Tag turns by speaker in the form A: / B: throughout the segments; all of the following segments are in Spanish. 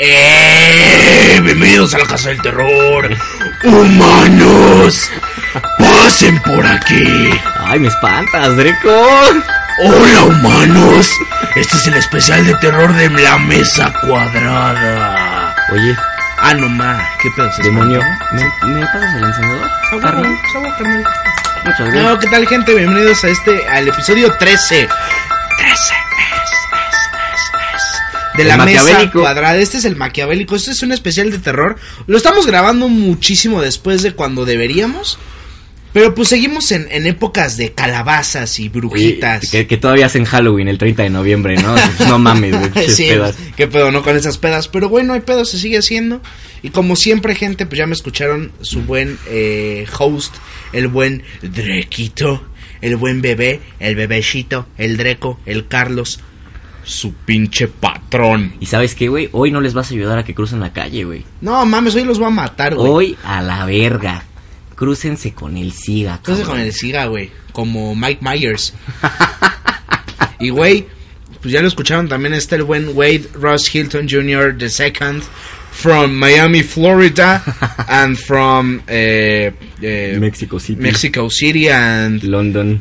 A: Eh, Bienvenidos a la Casa del Terror. Humanos, pasen por aquí.
B: Ay, me espantas, Dreco.
A: Hola, humanos. Este es el especial de terror de la mesa cuadrada.
B: Oye,
A: Ah, no más. ¿Qué pedo? ¿Se
B: demonio,
A: espantó?
B: ¿me, me pasas el encendedor?
A: Ah,
B: Carnal? Muchas gracias.
A: No, ¿qué tal, gente? Bienvenidos a este, al episodio 13. 13 es, De
B: El
A: la mesa
B: maquiavélico.
A: cuadrada. Este es el maquiavélico. Este es un especial de terror. Lo estamos grabando muchísimo después de cuando deberíamos. Pero pues seguimos en, en épocas de calabazas y
B: Oye,
A: brujitas.
B: que, que todavía hacen Halloween el 30 de noviembre, ¿no? No mames, güey, pinches
A: Sí,
B: pedas.
A: qué pedo, ¿no? Con esas pedas. Pero bueno, hay pedo, se sigue haciendo. Y como siempre, gente, pues ya me escucharon su buen eh, host, el buen Drequito, el buen bebé, el bebecito, el Dreco, el Carlos, su pinche patrón.
B: Y sabes qué, güey, hoy no les vas a ayudar a que crucen la calle, güey.
A: No mames, hoy los voy a matar, güey.
B: Hoy a la verga. Crúcense con el SIGA.
A: Entonces con el SIGA, güey. Como Mike Myers. y, güey, pues ya lo escucharon también. Está el buen Wade Ross Hilton Jr. The Second. From Miami, Florida. And from. eh, eh,
B: Mexico City.
A: Mexico City and.
B: London.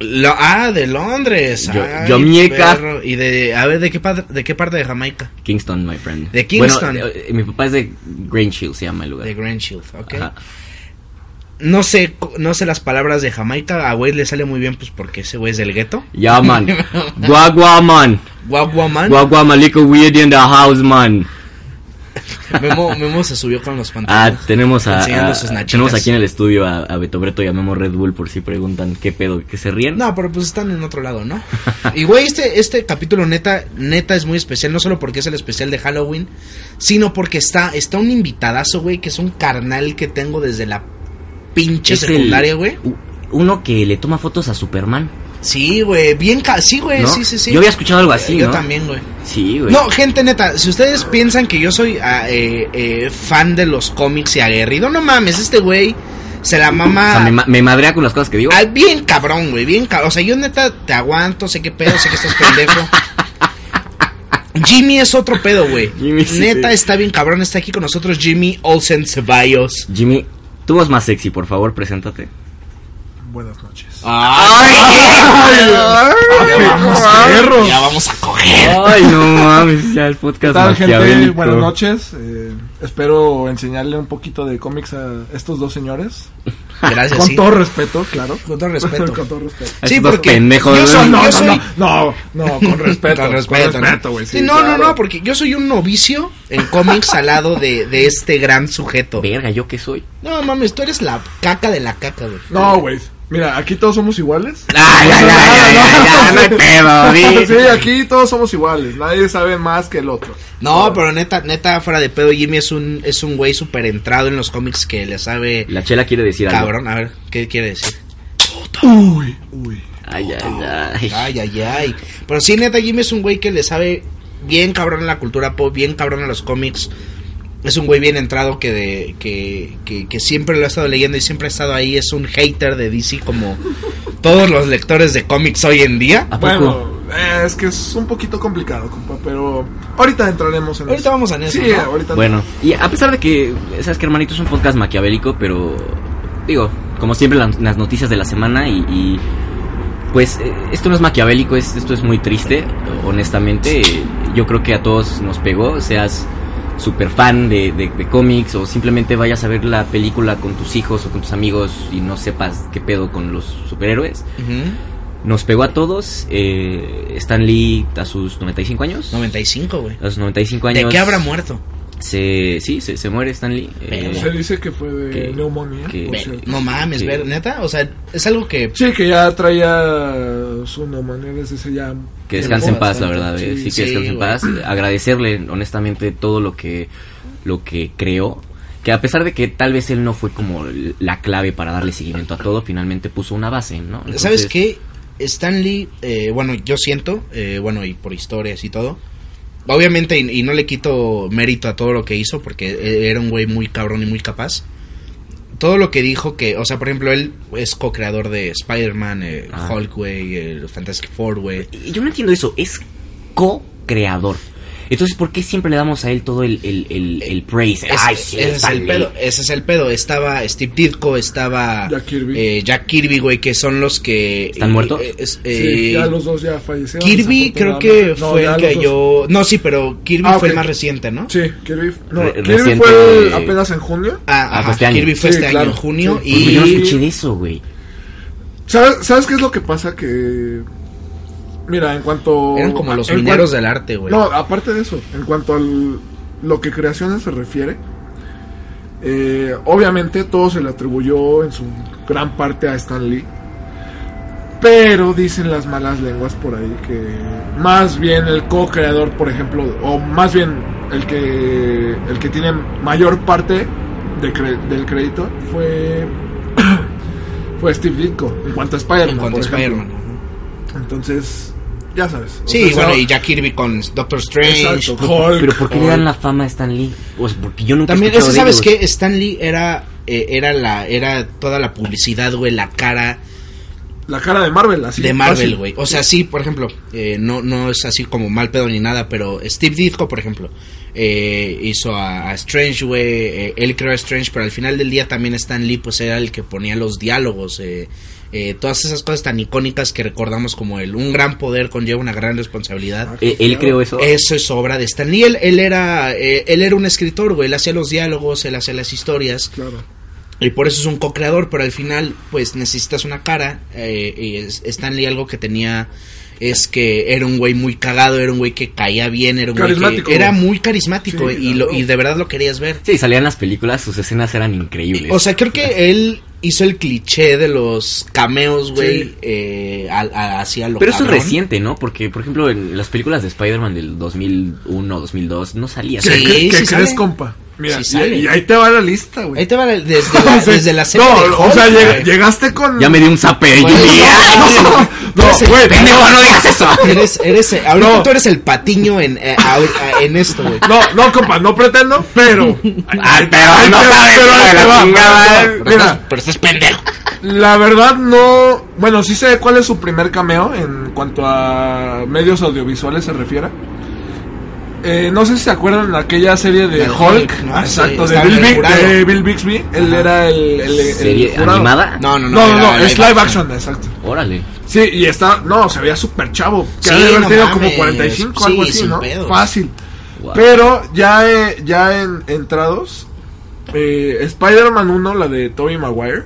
A: Lo- ah, de Londres.
B: Yo-
A: Ay,
B: Jamaica.
A: perro. Y de. A ver, ¿de qué, par- ¿de qué parte de Jamaica?
B: Kingston, my friend.
A: De Kingston.
B: Bueno, eh, eh, mi papá es de Green Shield, se llama el lugar.
A: De Grand Shield, ok.
B: Ajá.
A: No sé, no sé las palabras de Jamaica. A Wade le sale muy bien, pues porque ese güey es del gueto.
B: Ya, man. Guaguaman.
A: Guaguaman.
B: Guaguamalico weird in the house, man.
A: Memo, Memo se subió con los
B: Ah,
A: pantalones.
B: tenemos a,
A: Enseñando
B: a-
A: sus nachitas.
B: tenemos aquí en el estudio a, a Beto Breto y a Memo Red Bull por si preguntan qué pedo, que se ríen.
A: No, pero pues están en otro lado, ¿no? Y güey, este, este capítulo neta, neta es muy especial, no solo porque es el especial de Halloween, sino porque está, está un invitadazo, güey, que es un carnal que tengo desde la pinche
B: Es el-
A: secundaria, güey.
B: u- Uno que le toma fotos a Superman.
A: Sí, güey, bien ca- sí, güey,
B: ¿no?
A: Eh, sí, sí, sí.
B: Yo había escuchado algo así,
A: Yo
B: ¿no?
A: también, güey.
B: Sí, güey.
A: No, gente neta, si ustedes piensan que yo soy ah, eh, eh, fan de los cómics y aguerrido, no mames, este güey se la
B: O
A: mama
B: sea, Pues me, ma- me madrea con las cosas que digo.
A: Ah, bien cabrón, güey, bien cabrón. O sea, yo neta te aguanto, sé qué pedo, sé que estás pendejo. Jimmy es otro pedo, güey.
B: Jimmy, sí,
A: Neta
B: sí.
A: está bien cabrón, está aquí con nosotros Jimmy Olsen Ceballos.
B: Jimmy, tu voz más sexy, por favor, preséntate.
C: Buenas noches.
A: vamos,
C: perros.
A: ya vamos a coger.
B: Ay, no mames, ya el
C: ¿Qué
B: podcast
C: tal, gente?
B: maquiavélico.
C: Buenas noches. Eh, espero enseñarle un poquito de cómics a estos dos señores.
A: Gracias,
C: Con
A: sí.
C: todo respeto, claro.
A: Con todo respeto.
C: con todo respeto.
B: Estos
A: Sí,
B: dos
A: porque
B: pendejos,
A: yo soy,
B: güey.
C: No,
A: yo
C: no,
A: soy-
C: no, no, no, con respeto.
A: Con respeto,
C: Con respeto, güey.
A: Sí, no, no, no, porque yo soy un novicio en cómics al lado de, de este gran sujeto.
B: Verga, ¿yo qué soy?
A: No mames, tú eres la caca de la caca, güey.
C: No, güey. Mira, aquí todos somos iguales.
B: Ay, ay, ay, ay, ay, no hay pedo,
C: Sí, aquí todos somos iguales. Nadie sabe más que el otro.
A: No, pero neta, neta, fuera de pedo, Jimmy es un, es un güey súper entrado en los cómics que le sabe
B: La chela quiere decir algo.
A: cabrón. A ver, ¿qué quiere decir?
C: Uy, uy.
B: Ay, ay, ay.
A: Ay, ay, ay. Pero sí, neta, Jimmy es un güey que le sabe bien cabrón a la cultura pop, bien cabrón a los cómics. Es un güey bien entrado que, de, que, que, que siempre lo ha estado leyendo y siempre ha estado ahí. Es un hater de DC como todos los lectores de cómics hoy en día.
B: ¿A poco?
C: Bueno, eh, es que es un poquito complicado, compa, pero ahorita entraremos en
A: Ahorita
C: eso.
A: vamos en eso,
C: Sí,
A: ¿no?
C: ahorita.
B: Bueno, y a pesar de que, sabes que hermanito es un podcast maquiavélico, pero digo, como siempre las, las noticias de la semana y, y, pues eh, esto no es maquiavélico, es- esto es muy triste, honestamente. eh, Yo creo que a todos nos pegó, seas super fan de, de- de cómics o simplemente vayas a ver la película con tus hijos o con tus amigos y no sepas qué pedo con los superhéroes.
A: Ujú.
B: Nos pegó a todos, eh, Stan Lee a sus 95 años.
A: 95, güey.
B: a sus 95 años.
A: ¿De qué habrá muerto?
B: Se, sí, se, se muere Stanley. eh,
A: Pero-
C: Se dice que fue de
B: Que-
C: neumonía.
B: que-
C: por
A: Ve-
C: cierto.
A: No mames,
B: Sí.
A: ver, neta, o sea, es algo que
C: Sí, que ya traía su neumonía desde ese ya.
B: que descanse en
C: tiempo
B: paz, la verdad.
C: bastante.
B: eh, Sí,
A: sí,
B: que descanse en
A: güey.
B: paz. Agradecerle, honestamente, todo lo que, lo que creó. Que a pesar de que tal vez él no fue como la clave para darle seguimiento a todo, finalmente puso una base, ¿no? Entonces,
A: ¿Sabes qué? Stanley, eh, bueno, yo siento, eh, bueno, y por historias y todo. Obviamente, y, y no le quito mérito a todo lo que hizo, porque eh, era un güey muy cabrón y muy capaz. Todo lo que dijo que, o sea, por ejemplo, él es co-creador de Spider-Man, eh,
B: Ah.
A: Hulk, güey, eh, los Fantastic Four, güey.
B: Y Yo no entiendo eso. Es co-creador. Entonces, ¿por qué siempre le damos a él todo el, el, el, el praise?
A: Ese-
B: Ay, sí,
A: ese es el
B: Stanley.
A: pedo, ese es el pedo. Estaba Steve Ditko, estaba
C: Jack Kirby.
A: eh, Jack Kirby, güey, que son los que...
B: ¿Están muertos?
A: eh, es-
C: Sí,
A: eh,
C: ya los dos ya fallecieron.
A: Kirby creo que
C: desafortunadamente. No,
A: fue
C: ya
A: el
C: los
A: que
C: dos.
A: yo... No, sí, pero Kirby
C: Ah,
A: fue el
C: ok.
A: más reciente, ¿no?
C: Sí, Kirby, no,
B: Re-
C: Kirby
B: reciente-
C: fue el- apenas en junio.
A: Ah,
B: Ah,
A: ajá,
B: fue este año.
A: Kirby fue
C: Sí,
A: este
C: claro,
A: año en junio
C: sí.
B: Porque
A: y...
B: yo no escuché de eso, güey.
C: ¿Sabes, ¿Sabes qué es lo que pasa? Que. Mira, en cuanto.
A: Eran como los
C: en
A: mineros
C: cuan-
A: del arte, güey.
C: No, aparte de eso, en cuanto a lo que creaciones se refiere, eh, obviamente todo se le atribuyó en su gran parte a Stan Lee. Pero dicen las malas lenguas por ahí que más bien el co-creador, por ejemplo, o más bien el que el que tiene mayor parte de cre- del crédito fue fue Steve Ditko en cuanto a Spider-Man.
A: en cuanto a
C: por ejemplo.
A: Spider-Man. ajá.
C: Entonces, ya sabes. o
A: Sí,
C: sea,
A: bueno,
C: se-
A: y Jack Kirby con Doctor Strange.
C: Exacto.
B: Pero,
C: Hulk,
B: pero ¿por qué le
C: Hulk.
B: dan la fama a Stan Lee? O sea, porque yo nunca he
A: También, es
B: escuchado
A: que,
B: de
A: ¿sabes
B: ellos.
A: qué? Stan Lee era, eh, era, la, era toda la publicidad, güey, la cara
C: La cara de Marvel, así.
A: de Marvel,
C: fácil.
A: güey. O sea, sí, por ejemplo, eh, no, no es así como mal pedo ni nada, pero Steve Ditko, por ejemplo, eh, hizo a, a Strange, güey. eh, él creó a Strange, pero al final del día también Stan Lee, pues era el que ponía los diálogos, eh, eh, todas esas cosas tan icónicas que recordamos como el un gran poder conlleva una gran responsabilidad.
C: Ah,
B: Eh, Él creó eso.
A: Eso es obra de Stan Lee. Él, él era, eh, él era un escritor, güey. Él hacía los diálogos, él hacía las historias.
C: Claro.
A: Y por eso es un co-creador, pero al final, pues necesitas una cara. eh, y es- Stan Lee algo que tenía es que era un güey muy cagado, era un güey que caía bien, era un güey que-
C: Carismático.
A: era muy carismático
C: Sí,
A: y, lo-
C: claro.
A: y de verdad lo querías ver.
B: Sí, salían las películas, sus escenas eran increíbles.
A: O sea, creo que él hizo el cliché de los cameos, güey,
C: Sí.
A: eh, a- a- hacia lo
B: pero eso es
A: cabrón.
B: reciente, ¿no? Porque, por ejemplo, en las películas de Spider-Man del 2001, 2002, no salía.
A: Sí,
C: ¿Qué,
B: Stan Lee.
C: qué- qué
A: sí
C: crees,
A: sale.
C: compa? Mira,
A: Sí
C: y-
A: sale.
C: y, ahí te va la lista,
A: Ahí
C: güey.
A: te va la- desde la, desde la serie
C: No,
A: de
C: o sea,
A: Hulk,
C: lleg-
A: güey. Pues,
C: llegaste con.
B: Ya me di un zape.
A: Güey,
B: Jimmy.
C: No, güey.
B: ¡Pendejo, no digas eso!
A: Eres, eres, ahorita
C: No.
A: tú eres el patiño en, eh, ahor- en esto, güey.
C: No, no, compa, no pretendo, pero.
B: ¡Ay, pero
C: Ay,
B: no
C: pero-
B: sabes!
C: pero ahí
B: hijo de
C: te
B: la
C: va,
B: chingada!
C: pero-
A: Pero
C: Mira.
A: estás- pero estás pendejo.
C: La verdad no... Bueno, sí sé cuál es su primer cameo en cuanto a medios audiovisuales se refiere. Eh, no sé si se acuerdan de aquella serie de
A: De
C: Hulk. ah,
A: Hulk, ¿no?
C: Exacto,
A: Sí,
C: de
A: estaba
C: Bill,
A: en el
C: Big-
A: jurado.
C: de Bill Bixby. Él
A: Ajá.
C: era el... el, el
B: ¿Serie
C: jurado.
B: animada?
A: No, no, no.
C: No, no,
A: era
C: no, es live action, exacto.
B: Órale.
C: Sí, y está... No, se veía súper chavo. Que
A: Sí,
C: ha de haber
A: no
C: tenido
A: mames.
C: como 45 o algo
A: Sí,
C: así,
A: sin
C: ¿no?
A: pedos.
C: Fácil.
B: Guau.
C: Pero ya, eh, ya en, entrados, eh, Spider-Man 1, la de Tobey Maguire,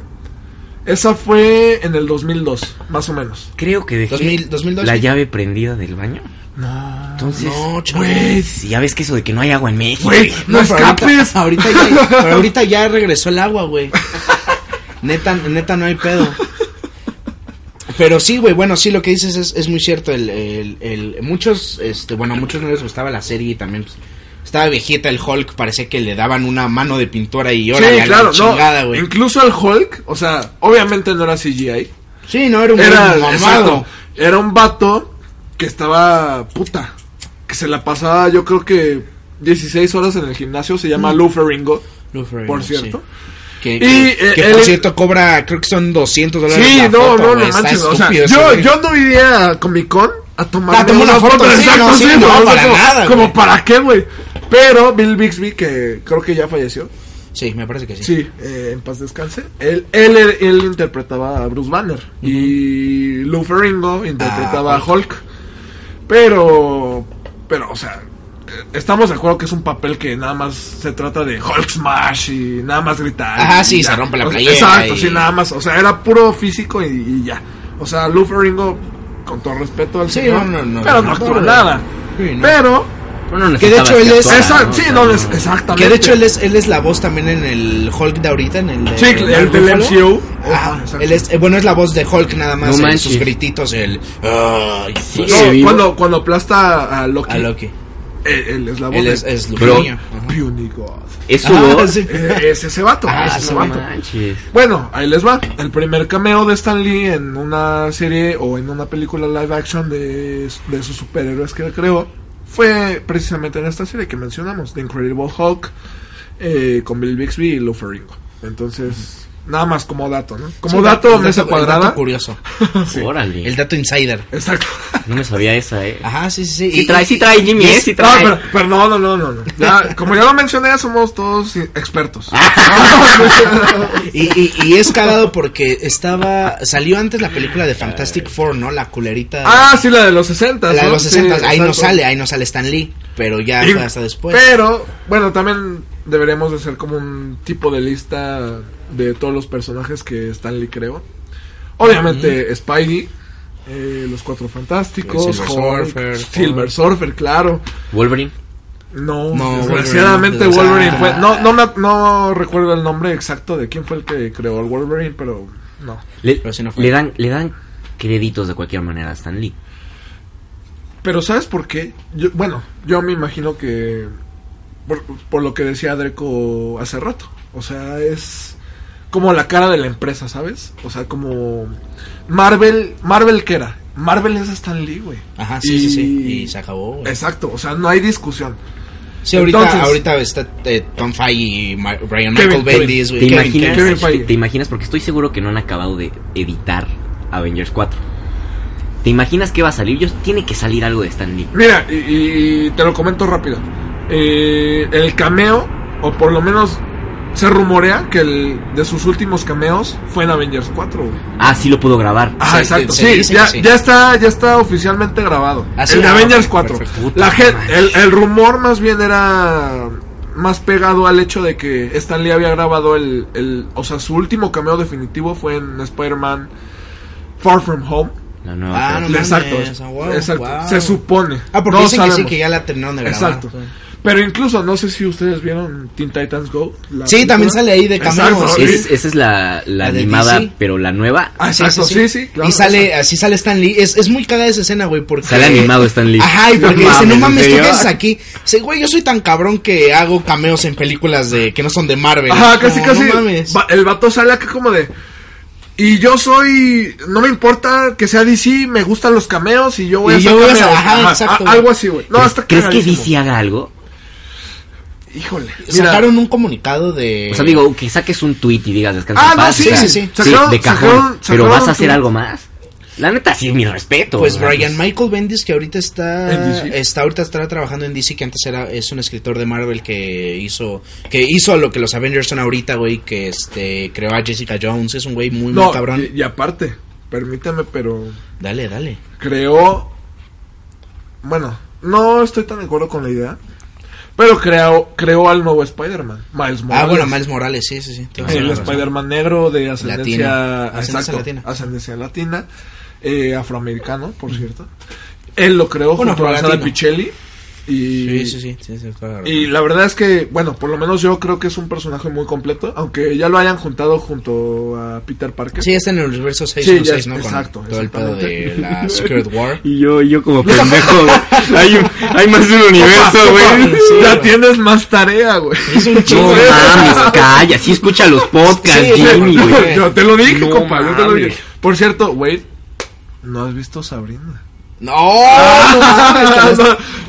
C: esa fue en el 2002, más o menos.
B: Creo que dejé
A: 2000, 2002.
B: la llave prendida del baño.
C: No.
B: Entonces,
A: No,
C: Güey,
A: chaval.
B: si ya ves que eso de que no hay agua en México.
C: güey,
A: pero
C: no,
A: ahorita-
C: escapes.
A: Ahorita, ya, pero ahorita ya regresó el agua, güey. Neta, neta, no hay pedo. Pero sí, güey, bueno, sí, lo que dices es, es muy cierto. El, el- el- muchos, este, bueno, a muchos no les gustaba la serie y también pues, estaba viejita el Hulk. Parecía que le daban una mano de pintura y
C: Sí,
A: órale a la
C: claro,
A: chingada,
C: no.
A: güey.
C: Incluso al Hulk, o sea, obviamente no era CGI.
A: Sí, no, era un
C: Era,
A: güey
C: exacto,
A: mamado.
C: era un vato que estaba puta. Que se la pasaba, yo creo que 16 horas en el gimnasio. Se llama Lou Ferringo,
A: Lou Mm. Ferrigno,
C: por
A: sí.
C: cierto.
A: Que,
C: Y,
A: que,
C: eh,
A: que,
C: él-
A: por cierto cobra, creo que son 200 dólares.
C: Sí,
A: la
C: no,
A: foto,
C: no,
A: güey,
C: no
A: está
C: manches. O sea,
A: estúpido ese
C: yo,
A: güey.
C: yo no iría a Comic Con a
A: Ah,
C: tomar
A: toma una foto, sí, no, sí, no, para
C: como,
A: nada,
C: como
A: güey.
C: para qué, güey. Pero Bill Bixby, que creo que ya falleció,
A: Sí, me parece que sí.
C: sí, eh, en paz descanse, él, él, él, él interpretaba a Bruce Banner y Lou Ferringo interpretaba
A: Ah,
C: a Hulk. Pero, pero, o sea, eh, estamos de acuerdo que es un papel que nada más se trata de Hulk Smash y nada más gritar.
A: Ajá,
C: y
A: sí,
C: ya.
A: se rompe la
C: O sea,
A: playera
C: Exacto,
A: y-
C: sí, nada más. O sea, era puro físico y, y ya. O sea, Lou Ferringo, con todo respeto al
A: Sí,
C: señor,
A: no, no, no,
C: pero no,
A: no,
C: actúa
A: no,
C: nada.
A: Sí, no.
C: Pero,
B: Bueno, no
A: Que de hecho
B: necesitabas
A: él
B: que
A: es-
B: actuara,
C: esa-
B: ¿no?
C: sí,
B: O sea,
C: no, es- exactamente.
A: Que de hecho él es, él es la voz también en el Hulk de ahorita, en el de-
C: Sí, el
A: Mark
C: del
A: Ruffalo.
C: MCU.
A: Ajá,
C: Ajá, exacto.
A: él es, eh, bueno, es la voz de Hulk nada
B: No
A: más, en
B: manches.
A: sus grititos, el... "Ay, Pues sí".
B: Sí,
C: no,
B: vivo.
C: cuando, cuando aplasta a Loki,
A: A Loki.
C: Él, él es la voz
A: Él
C: de-
A: es, es
B: Bro.
A: Luminio. Ajá.
C: Puny God.
B: Es su
A: Ah,
B: voz.
A: sí.
C: Eh, es ese vato,
A: Ah,
C: es ese
A: no
C: vato.
B: manches.
C: Bueno, ahí les va. El primer cameo de Stan Lee en una serie o en una película live action de, de sus superhéroes que creó fue precisamente en esta serie que mencionamos, The Incredible Hulk, eh, con Bill Bixby y Lou Ferrigno. Entonces, Nada más como dato, ¿no? Como
A: Sí,
C: dato,
A: el
C: mesa
A: el
C: cuadrada.
A: dato curioso.
C: Sí.
B: Órale.
A: El dato insider.
C: Exacto.
B: No me sabía esa, eh.
A: Ajá, sí, Ah, sí, sí.
B: Sí
A: Y-
B: trae,
A: y-
B: sí trae, Jimmy,
A: y
B: eh,
A: es-
B: sí
C: No,
B: trae.
C: pero, pero no, no, no, no. no. Ya, como ya lo mencioné, somos todos i- expertos.
A: Y, y- y es cagado porque estaba. Salió antes la película de Fantastic Four, ¿no? La culerita.
C: ah, sí, la de los 60.
A: la de
C: ¿no?
A: los
C: Sí,
A: 60. ahí no
C: exacto.
A: sale, ahí no sale Stan Lee. Pero ya
C: Y-
A: fue hasta después.
C: Pero, bueno, también deberíamos de hacer como un tipo de lista de todos los personajes que Stanley creó. Obviamente Spidey, eh, los Cuatro Fantásticos,
A: Silver
C: Hulk,
A: Surfer,
C: Silver
A: Hulk.
C: Surfer, claro.
B: Wolverine.
C: No,
A: No, Ah.
C: desgraciadamente Wolverine,
A: Wolverine,
C: fue...
A: o sea-
C: No, no, me- no recuerdo el nombre exacto de quién fue el que creó el Wolverine, pero no.
B: Le,
A: Pero sí no fue.
B: le dan, le dan créditos de cualquier manera a Stan Lee.
C: Pero ¿sabes por qué? Yo, bueno, yo me imagino que por, por lo que decía Dreco hace rato. O sea, es como la cara de la empresa, ¿sabes? O sea, como Marvel, Marvel qué era? Marvel es Stan Lee, güey.
A: Ajá, sí, sí, sí. Y se acabó, güey.
C: Exacto, o sea, no hay discusión.
A: Sí, ahorita,
C: Entonces-
A: ahorita está eh, Tom Feige y Ma- Brian
C: Kevin,
A: Michael Bendis,
B: ¿Te
A: güey. Kevin,
B: imaginas?
A: Kevin.
C: Kevin Feige.
B: ¿Te, te imaginas? Porque estoy seguro que no han acabado de editar Avengers 4. ¿Te imaginas qué va a salir? Yo, tiene que salir algo de Stan Lee.
C: Mira, y, y te lo comento rápido. Eh, el cameo, o por lo menos se rumorea que el de sus últimos cameos fue en Avengers 4, güey.
B: Ah, sí lo pudo grabar.
C: Ah,
A: Se-
C: exacto.
A: se
C: Sí,
A: dice
C: ya,
A: que sí.
C: ya está, ya está oficialmente grabado.
A: Ah, sí,
C: el de
A: ah,
C: Avengers
A: ok,
C: 4.
A: perfecto.
C: La gen-
B: madre.
C: el, el rumor más bien era más pegado al hecho de que Stan Lee había grabado el, el o sea, su último cameo definitivo fue en Spider-Man Far From Home.
B: La nueva.
A: Ah, no.
B: película.
A: mames,
C: exacto.
A: ah, wow,
C: exacto.
A: wow.
C: Se supone.
A: Ah, porque
C: no
A: dicen que sí,
C: sabemos.
A: que ya la terminaron de grabar.
C: Exacto. Pero incluso no sé si ustedes vieron Teen Titans Go. la
A: Sí, también sale ahí de cameo,
C: Exacto,
A: sí.
C: sí.
B: Es- esa es la, la
A: La de
B: animada,
A: DC.
B: pero la nueva.
C: Ah, exacto, sí, sí, claro,
A: y sale, así sale Stan Lee. Es, es muy cagada esa escena, güey, porque...
B: Sale animado Stan Lee.
A: Ajá, y porque
B: No
A: dice,
B: mames,
A: no
B: ¿en
A: mames, ¿tú
B: serio?
A: qué haces aquí? Dice, güey, yo soy tan cabrón que hago cameos en películas de que no son de Marvel.
C: Ajá, casi,
A: No,
C: casi.
A: No mames.
C: va- el vato sale acá como de. Y yo soy. No me importa que sea DC, me gustan los cameos y yo voy a
A: Y
C: hacer
A: yo voy a-
C: cameos.
A: ajá,
C: Ajá,
A: exacto,
C: a-
A: güey.
C: algo así, güey. No,
B: ¿Crees-
C: hasta
B: ¿Crees que DC haga algo?
C: Híjole. mira,
A: Sacaron un comunicado de...
B: O sea, digo, que saques un tweet y digas descansa
C: Ah,
B: en
C: no,
B: paz",
C: sí,
B: o sea,
A: sí, sí.
C: Sacaron-
B: de cajón.
C: sacaron-
B: pero vas
C: sacaron
B: a hacer
C: tu-
B: algo más. La neta, sí, mi respeto.
A: Pues
B: o sea,
A: Brian
B: pues,
A: Michael Bendis, que ahorita está,
C: ¿En DC?
A: está ahorita está trabajando en DC, que antes era, es un escritor de Marvel que hizo, que hizo lo que los Avengers son ahorita, güey, que este creó a Jessica Jones, es un güey muy, muy
C: No,
A: cabrón.
C: Y, y aparte, permíteme, pero.
A: Dale, dale.
C: Creó. Bueno, no estoy tan de acuerdo con la idea. Pero creó, creó al nuevo Spider-Man. Miles Morales.
A: Ah, bueno, Miles Morales, sí, sí, sí. tienes
C: El
A: razón.
C: Spider-Man negro de ascendencia,
A: Latino.
C: exacto,
A: Ascendencia
C: ascendencia latina,
A: latina.
C: eh, afroamericano, por cierto. Él lo creó
A: Bueno,
C: junto a
A: afrolatino.
C: Sara Pichelli. Y,
A: Sí, sí, sí. sí, sí, toda la razón.
C: y la verdad es que, bueno, por lo menos yo creo que es un personaje muy completo, aunque ya lo hayan juntado junto a Peter Parker.
A: Sí, está en el universo
C: Sí,
A: 616,
C: ya,
A: ¿no? Con
C: exacto,
A: todo el pedo de la
C: exactamente.
A: Secret War.
B: Y yo, yo como pendejo, güey. hay, un- hay más de un universo, güey.
A: sí,
C: ya
A: güey.
C: tienes más tarea, güey.
A: Es un
B: No
A: chingo.
B: mames, calla, sí escucha los
A: Sí,
B: podcasts, Jimmy,
A: güey.
B: güey.
C: yo te lo dije,
B: No
C: compa, yo te lo dije.
B: mames.
C: Por cierto, Wade, ¿no has visto Sabrina?
A: No,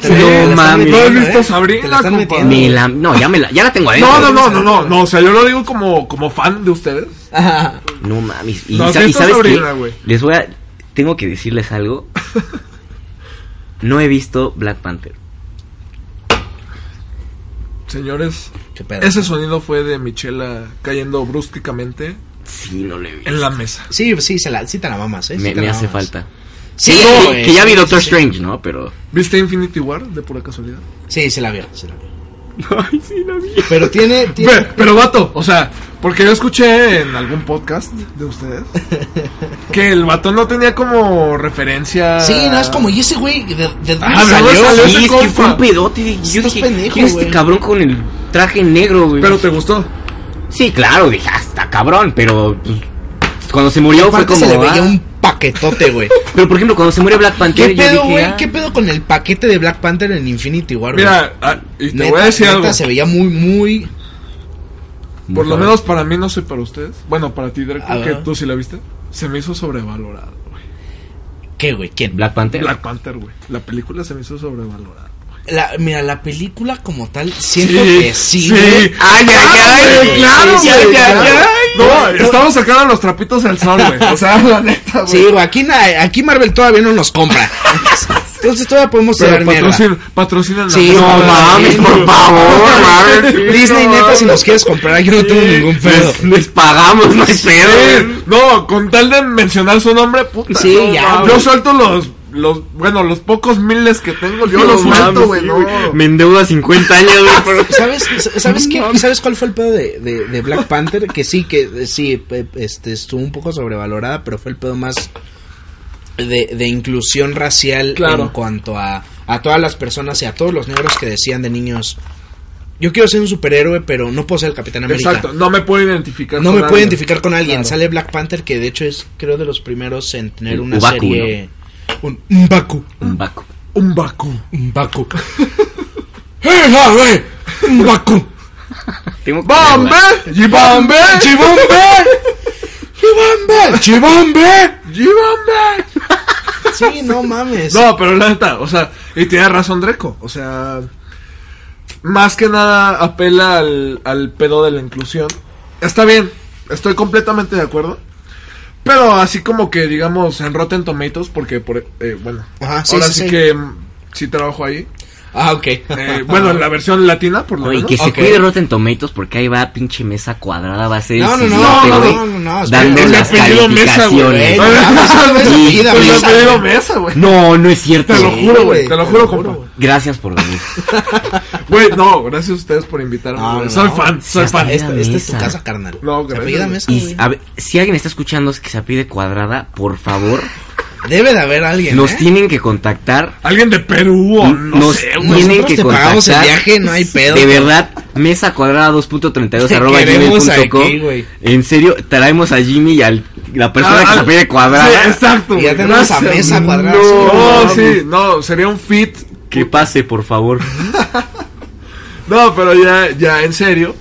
C: Sí,
A: no
B: no
A: mames.
B: mames.
A: te la- te la están metiendo,
B: ¿No has
A: ¿eh?
C: visto Sabrina,
A: Te la están
C: compa?
A: metiendo.
B: Me la- no, ya me la, ya la tengo adentro.
C: No, no, no, no, no, no, o sea, yo lo digo como, como fan de ustedes.
A: Ajá.
B: No mames. Y,
C: No,
B: sa-
C: sí
B: y
C: está
B: sabes
C: Sabrina,
B: qué?
C: güey.
B: les voy a, tengo que decirles algo. No he visto Black Panther.
C: Señores,
A: Qué pedo.
C: ese sonido fue de Michela cayendo bruscamente
B: Sí, no le he visto.
C: en la mesa.
A: Sí, sí, se la, sí te la mamas, ¿eh? Sí
B: Me,
A: te
B: me
A: la
B: hace
A: mamas.
B: falta.
A: Sí,
B: Que- que-
A: güey,
B: que ya vi
A: sí,
B: Doctor
A: sí, sí.
B: Strange, ¿no? Pero.
C: ¿Viste Infinity War de pura casualidad?
A: Sí, se la vio, se la vio.
B: Ay, sí, la vi.
A: Pero tiene, tiene-
C: Ve, pero vato, o sea, porque yo escuché en algún podcast de ustedes que el vato no tenía como referencia.
A: Sí, no, es como, ¿y ese güey de, de dónde
C: Ah, pero
A: salió?
C: salió
B: Sí,
C: ese
B: es que fue
C: compa.
B: un pedote. y Yo
A: Estás
B: dije,
A: pendejo,
B: ¿quién es este
A: güey.
B: cabrón con el traje negro, güey?
C: Pero te gustó.
B: Sí, claro, dije, hasta cabrón, pero. pues, cuando se murió fue
A: Aparte
B: como.
A: se le veía
B: ah.
A: un paquetote, güey.
B: Pero por ejemplo, cuando se murió Black
A: ¿Qué
B: Panther, yo
A: pedo,
B: dije,
A: güey?
B: ah,
A: ¿Qué pedo con el paquete de Black Panther en Infinity War, güey?
C: Mira, ah, y te
A: Neta,
C: voy a decir
A: neta,
C: algo.
A: se veía muy, muy...
C: Por lo
B: cabrón.
C: menos para mí, no sé para ustedes. Bueno, para ti, Draco,
A: A
C: que
A: ver.
C: tú sí la viste. Se me hizo sobrevalorado, güey.
A: ¿Qué, güey? ¿Quién?
B: Black Panther.
C: Black Panther, güey. La película se me hizo sobrevalorada.
A: La- mira, la película como tal, siento
C: Sí,
A: que sí,
C: sí.
A: güey.
B: Ay, ay,
C: Ah,
B: ay,
C: güey,
B: güey,
C: claro,
B: sí,
C: güey,
B: ay, ay,
C: claro.
B: ay.
C: No, estamos sacando los trapitos al sol, güey. O sea, la neta, güey.
A: Sí, güey, aquí, na- aquí Marvel todavía no nos compra. Entonces todavía podemos
C: Pero
A: tirar mierda.
C: patrocin, patrocinan
A: Sí,
C: la
A: no mames, por
B: favor, mames.
A: Disney, neta, si nos quieres comprar, yo no tengo ningún pedo.
B: Les, les pagamos, no es pedo. güey.
C: Sí, no, con tal de mencionar su nombre, puta.
A: Sí,
C: no,
A: ya,
C: mames.
A: güey.
C: Yo suelto los, los, bueno, los pocos miles que tengo, yo los
B: No
C: suelto,
B: mames,
C: güey,
B: sí,
C: no.
B: güey. Me endeuda 50 años, güey. por-
A: ¿Sabes, ¿sabes, qué, ¿Sabes cuál fue el pedo de, de, de Black Panther? Que sí, que eh, sí, pe- este, estuvo un poco sobrevalorada, pero fue el pedo más de, de inclusión racial
C: Claro.
A: en cuanto a, a todas las personas y a todos los negros que decían de niños, yo quiero ser un superhéroe, pero no puedo ser el Capitán América.
C: Exacto, no me puedo identificar.
A: No
C: con
A: me puedo
C: alguien.
A: identificar con alguien.
C: Claro.
A: Sale Black Panther, que de hecho es, creo, de los primeros en tener
B: Un
A: una
B: Ubaku,
A: serie... Un, un Baku.
B: Un Baco.
C: Un Baku.
A: Un Baku.
C: ¡Eh,
A: ¡Hey, la, güey! ¡Un Baku!
C: ¡Bombe! ¡Gibombe!
A: ¡Chibombe! ¡Chibombe!
C: ¡Gibombe!
A: Sí, no mames.
C: No, pero la neta, o sea, y tiene razón Dreco, o sea, más que nada apela al, al pedo de la inclusión. Está bien, estoy completamente de acuerdo. Pero así como que, digamos, en Rotten Tomatoes, porque, por, eh, bueno,
A: Ajá, Ah, sí,
C: ahora
A: sí,
C: sí,
A: sí.
C: que mm, sí trabajo ahí.
A: Ah, ok.
C: Eh, bueno, en la versión latina, por lo
B: No, y
C: menos.
B: que se
A: Ok.
B: cuide Rotten Tomatotes porque ahí va pinche mesa cuadrada, va a ser
A: No, no,
B: el
A: no,
B: siguiente,
C: no, no,
B: güey,
A: no, no, no, espera,
B: dando
A: el
B: las
C: apellido Mesa, güey.
B: calificaciones.
A: Bueno,
C: Ay,
A: vamos a ver,
B: Sí,
A: vida,
C: Pues
A: mesa,
C: me
A: güey.
C: pedido mesa, güey.
B: No, no es cierto.
C: Te lo
B: güey.
C: juro,
A: güey,
C: güey, te lo
A: te
C: juro,
A: lo juro,
C: compa.
A: güey.
B: Gracias por venir.
C: Güey, no, gracias a ustedes por invitarme.
A: No,
C: güey.
A: no,
C: soy
A: no.
C: fan, soy
B: Hasta
C: fan.
B: ahí.
A: Esta, esta es tu
B: Mesa.
A: casa, carnal.
C: No, gracias.
A: Se apellida mesa,
B: Y
A: güey.
B: a ver, si alguien está escuchando que se apide cuadrada, por favor,
A: Debe de haber alguien.
B: nos
A: ¿eh?
B: tienen que contactar.
C: Alguien de Perú, o no
B: nos
C: sé, güey.
B: tienen
A: Nosotros
B: que
A: te pagamos el
B: contactar.
A: viaje, no hay pedo.
B: De verdad, mesa cuadrada 2.32
A: Te
B: arroba
A: queremos
B: gmail.com.
A: aquí, güey.
B: En serio, traemos a Jimmy y a la persona
C: Ah,
B: que se
C: ah,
B: apide cuadrada.
C: sí, exacto.
A: Y ya
C: güey,
A: tenemos a
C: gracias.
A: mesa cuadrada.
C: No,
A: Sí, pues.
C: sí, no, sería un fit.
B: Que pase, por favor.
A: Ah,
C: No, pero ya, ya, en serio.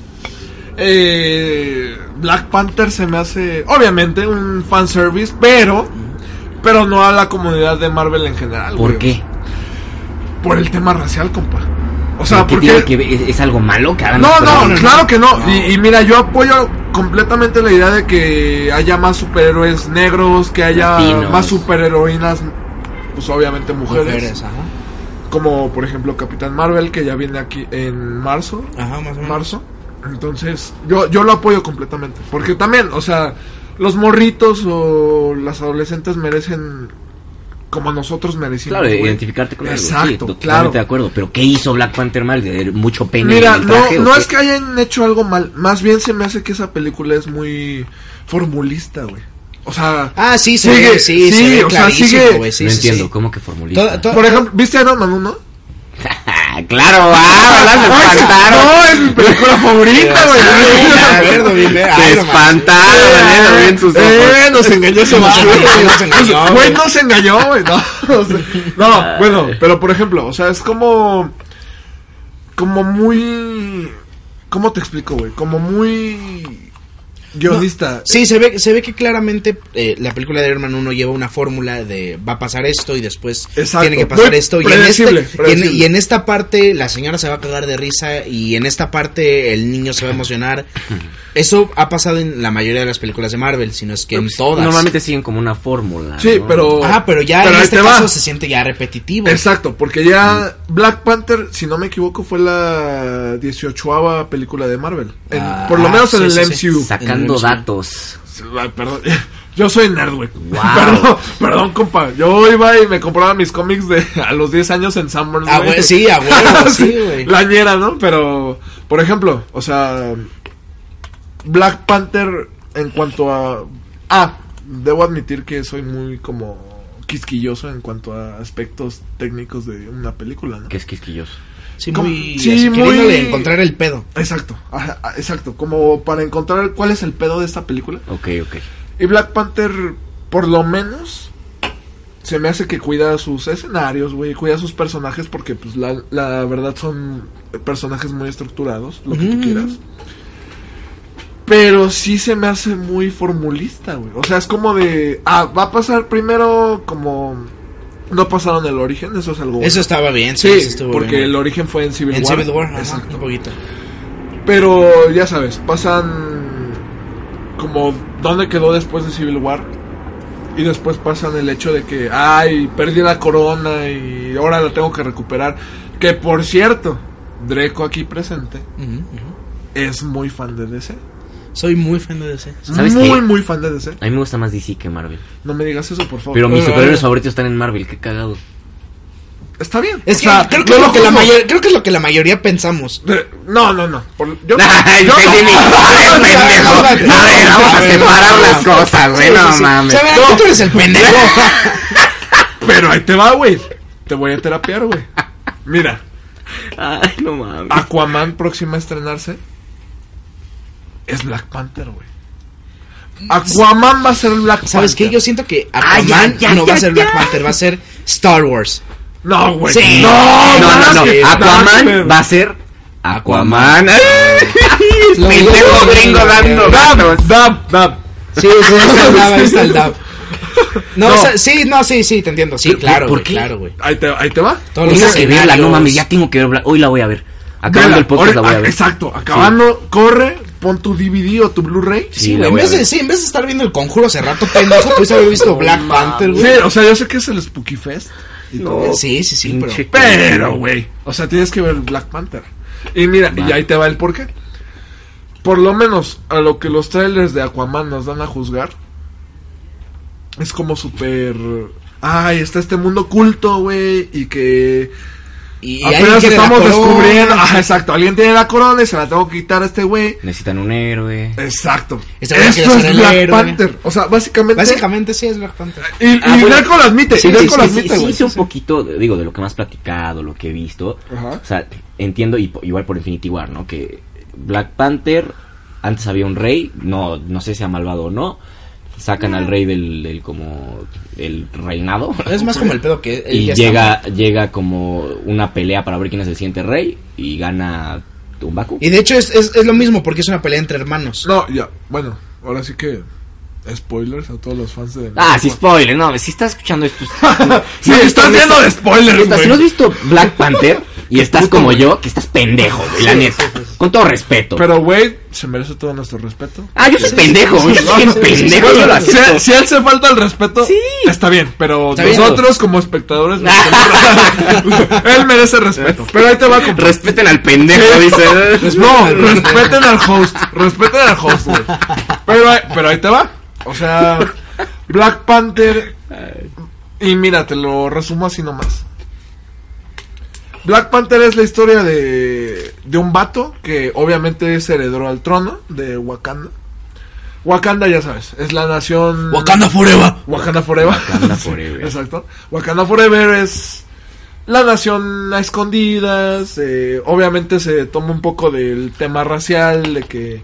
C: Eh, Black Panther se me hace, obviamente, un fanservice, pero, pero no a la comunidad de Marvel en general.
B: ¿Por
C: güey.
B: qué?
C: Por el tema racial, compa. O sea,
B: ¿Qué
C: porque...
B: tiene que ver? ¿Es, es algo malo? que hagan
C: Ah, No,
B: las
C: no,
B: personas?
C: claro que no. Y, y mira, yo apoyo completamente la idea de que haya más superhéroes negros, que haya
B: Latinos.
C: más superheroínas, pues obviamente mujeres.
A: Mujeres, ajá.
C: como por ejemplo Capitán Marvel que ya viene aquí en marzo
A: Ajá, más o menos.
C: marzo entonces yo yo lo apoyo completamente porque también o sea los morritos o las adolescentes merecen como nosotros merecimos
B: Claro, de
C: güey.
B: identificarte con algo.
C: Exacto,
B: sí, totalmente
C: claro.
B: de acuerdo. Pero ¿qué hizo Black Panther mal? ¿De de mucho pene
C: mira
B: en el traje,
C: no
B: o
C: no
B: qué?
C: es que hayan hecho algo mal más bien se me hace que esa película es muy formulista güey o sea
A: Ah, sí, se
C: Sigue,
A: ve, sí,
C: sí,
A: se ve
C: o sea,
A: clarísimo,
C: sigue.
A: güey, sí,
B: no
A: sí,
B: entiendo,
A: sí.
B: ¿cómo que
A: Toda-
B: formulista?
A: toda-
C: por ejemplo viste Iron Man 1
B: claro, ah, ¿verdad? me
C: Ay,
B: espantaron.
C: no es mi película favorita güey
A: Sí, me acuerdo, bien, bien.
B: Te
A: Ay, no mames.
B: espantaron, eh, lo vi en sus ojos. Ah,
C: Eh, nos engañó ese
A: Nos
C: vato,
A: engañó, nos
C: güey.
A: engañó,
C: Güey,
A: güey.
C: nos engañó, güey. No, o sea,
B: Ah,
C: no, bueno, pero por ejemplo, o sea, es como. Como muy. ¿Cómo te explico, güey? Como muy. Guionista.
A: Sí, se ve, se ve que claramente eh, la película de Iron Man 1 lleva una fórmula de va a pasar esto y después
C: Exacto.
A: tiene que pasar
C: Muy
A: esto. Y en, este-
C: predecible,
A: y en-
C: predecible.
A: y en esta parte la señora se va a cagar de risa y en esta parte el niño se va a emocionar. Eso ha pasado en la mayoría de las películas de Marvel, sino es que en todas.
B: Normalmente siguen como una fórmula.
C: Sí,
B: ¿no?
C: pero.
A: Ajá, pero ya
C: pero
A: en
C: ahí
A: este
C: te va.
A: caso se siente ya repetitivo.
C: Exacto, porque ya Black Panther, si no me equivoco, fue la 18 película de Marvel. En-
A: Ah,
C: por lo menos
A: sí,
C: en el
A: sí, sí.
C: MCU.
B: Sacando
A: En la
B: datos.
C: Ay, perdón. Yo soy nerd, güey.
B: Wow.
C: Perdón, perdón, compa. Yo iba y me compraba mis cómics de a los 10 años en Sanborns,
A: Ah, güey, sí, a huevo, sí, güey.
C: La ñera, ¿no? Pero, por ejemplo, o sea, Black Panther en cuanto a... Ah, debo admitir que soy muy como quisquilloso en cuanto a aspectos técnicos de una película, ¿no?
B: Que es quisquilloso.
A: Sí,
C: Como-
A: muy,
C: sí,
A: así,
C: muy-
A: queriéndole encontrar el pedo.
C: Exacto, ajá, exacto. Como para encontrar cuál es el pedo de esta película.
B: Ok, ok.
C: Y Black Panther, por lo menos, se me hace que cuida sus escenarios, güey, cuida sus personajes, porque pues la, la verdad son personajes muy estructurados, lo que tú
A: Ujú.
C: quieras. Pero sí se me hace muy formulista, güey. O sea, es como de, ah, va a pasar primero como... No pasaron el origen, eso es algo...
A: Eso estaba bien, sí,
C: sí,
A: eso estuvo
C: porque
A: bien.
C: el origen fue en Civil
A: En
C: War.
A: Civil War, ajá,
C: Exacto.
A: un poquito.
C: Pero ya sabes, pasan como dónde quedó después de Civil War. Y después pasan el hecho de que, ay, perdí la corona y ahora la tengo que recuperar. Que por cierto, Dreco aquí presente
A: Ujú, ujú.
C: es muy fan de DC.
A: Soy muy fan de DC.
B: ¿Sabes
C: muy,
B: qué?
C: muy fan de DC.
B: A mí me gusta más DC que Marvel.
C: No me digas eso, por favor.
B: Pero mis
A: eh,
B: superhéroes
A: eh.
B: favoritos están en Marvel, qué cagado.
C: Está bien.
A: Es
C: o
A: que
C: sea,
A: creo, que
C: no
A: es
C: lo
A: lo que la
C: juzgo.
A: mayor- creo que es lo que la mayoría pensamos.
C: Eh, No, no, no. Por- yo-
B: Ay,
C: yo-
B: Felipe,
A: no,
B: pendejo.
A: no,
B: A
A: no,
B: ver,
A: no,
B: vamos
A: no,
B: a
A: no,
B: separar
A: no,
B: las cosas, güey.
A: Sí,
B: No
A: sí, sí.
B: Ah, mames.
A: ¿Saben? Tú eres el pendejo.
C: Pero ahí te va, güey. Te voy a terapiar, güey. Mira,
B: Ay, no mames.
C: Aquaman próxima a estrenarse es Black Panther, güey. Aquaman va a ser Black
A: ¿Sabes qué?
C: Panther.
A: Yo siento que
B: Ay,
A: Aquaman
B: ya, ya,
A: no va a
B: ya,
A: ser
B: ya.
A: Black Panther, va a ser Star Wars.
C: No, güey.
A: Sí.
C: No,
B: No, no, no.
A: sí,
B: Aquaman va a ser Aquaman. Pendejo gringo dando datos.
C: Dab, dab.
A: Sí, sí, está el DAB, ahí está el DAB. No,
C: No.
A: o sea, sí, no, sí, sí, te entiendo. Sí,
B: Pero,
A: claro,
B: ¿por
A: güey,
B: qué?
A: claro, güey.
C: Ahí te, ahí te va.
A: Todos los
B: Tengo que verla, no
A: escenarios.
B: mames, ya tengo que verla. Hoy la voy a ver. Acabando
C: Vela,
B: el podcast la
C: ahora-
B: voy a
C: ah,
B: ver.
C: Exacto. Acabando, corre, pon tu DVD o tu Blu-ray.
A: Sí,
B: Sí, la
A: güey, en
B: voy a
A: vez de,
B: ver.
A: sí, en vez de estar viendo el conjuro hace rato, pendejo, pudiste haber visto Black Panther,
C: Sí,
A: güey.
C: o sea, yo sé que es el Spooky Fest. y todo.
A: Sí, sí, sí, pero.
B: Pinche
C: Pero, güey. O sea, tienes que ver Black Panther. Y mira, y ahí te va el porqué. Por lo menos a lo que los trailers de Aquaman nos dan a juzgar. Es como súper... Ay, está este mundo oculto, güey. Y que...
A: Y, y alguien
C: apenas
A: quiere la
C: estamos
A: corona.
C: descubriendo... Ah, exacto. Alguien tiene la corona y se la tengo que quitar a este güey.
B: Necesitan un héroe.
C: Exacto.
A: Este güey quiere
C: Esto
A: ser
C: es
A: el
C: Black
A: héroe.
C: Panther. O sea, básicamente...
A: Básicamente sí es Black Panther.
C: Y, y
B: Ah, bueno.
C: Narco lo admite.
B: Sí,
C: y
B: sí,
C: Narco lo
B: sí, sí,
C: admite,
B: sí,
C: güey.
B: sí, un poquito, digo, de lo que más platicado, lo que he visto.
C: Ajá.
B: O sea, entiendo, y po- igual por Infinity War, ¿no? Que Black Panther, antes había un rey, no, no sé si sea malvado o no. Sacan al rey del, del como, el reinado.
A: Es más como el pedo que él
B: y
A: ya está
B: llega,
A: muerto.
B: llega como una pelea para ver quién es el siguiente rey y gana Tumbaku.
A: Y de hecho es, es, es lo mismo porque es una pelea entre hermanos.
C: No, ya, bueno, ahora sí que spoilers a todos los fans de
B: Ah, sí, spoiler, no, si estás escuchando esto.
C: Sí, estás viendo de spoilers,
B: Neta,
C: güey.
B: si no has visto Black Panther y estás
C: puto,
B: como
C: güey.
B: yo, que estás pendejo, güey, la neta. Con todo respeto.
C: Pero güey, se merece todo nuestro respeto.
B: ah, yo soy pendejo, güey. Yo soy bien
A: sí, sí,
B: pendejo,
A: sí,
B: yo lo
A: sí,
C: Si,
B: acepto.
C: si él se falta el respeto,
B: Sí.
C: está bien, pero
A: Está bien.
C: nosotros como espectadores merecemos- él merece respeto. Pero ahí te va a comprar.
B: Respeten al pendejo, dice.
C: No, respeten al host, respeten al host, güey. Pero, ahí- pero ahí te va. O sea, Black Panther. Y mira, te lo resumo así nomás. Black Panther es la historia de, de un vato que obviamente es heredero al trono de Wakanda. Wakanda, ya sabes, es la nación.
A: Wakanda Forever.
C: Wakanda Forever.
B: Wakanda Forever.
C: Exacto. Wakanda Forever es la nación a escondidas. eh, obviamente se toma un poco del tema racial, de que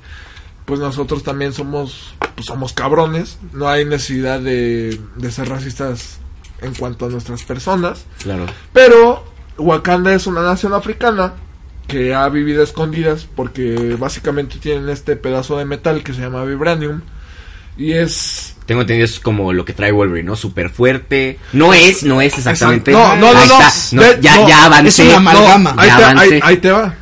C: pues nosotros también somos, pues somos cabrones. No hay necesidad de, de ser racistas en cuanto a nuestras personas.
B: Claro.
C: Pero Wakanda es una nación africana que ha vivido a escondidas porque básicamente tienen este pedazo de metal que se llama vibranium. Y es
B: Tengo entendido, es como lo que trae Wolverine, ¿no? Súper fuerte. No es, no es exactamente.
C: Exacto. No, no,
B: Ahí
C: no, no.
B: está.
C: De-
B: ya,
C: no.
B: ya avancé.
A: Es una amalgama.
B: No,
C: ahí,
B: ya
C: te,
B: avancé.
C: ahí- ahí te va.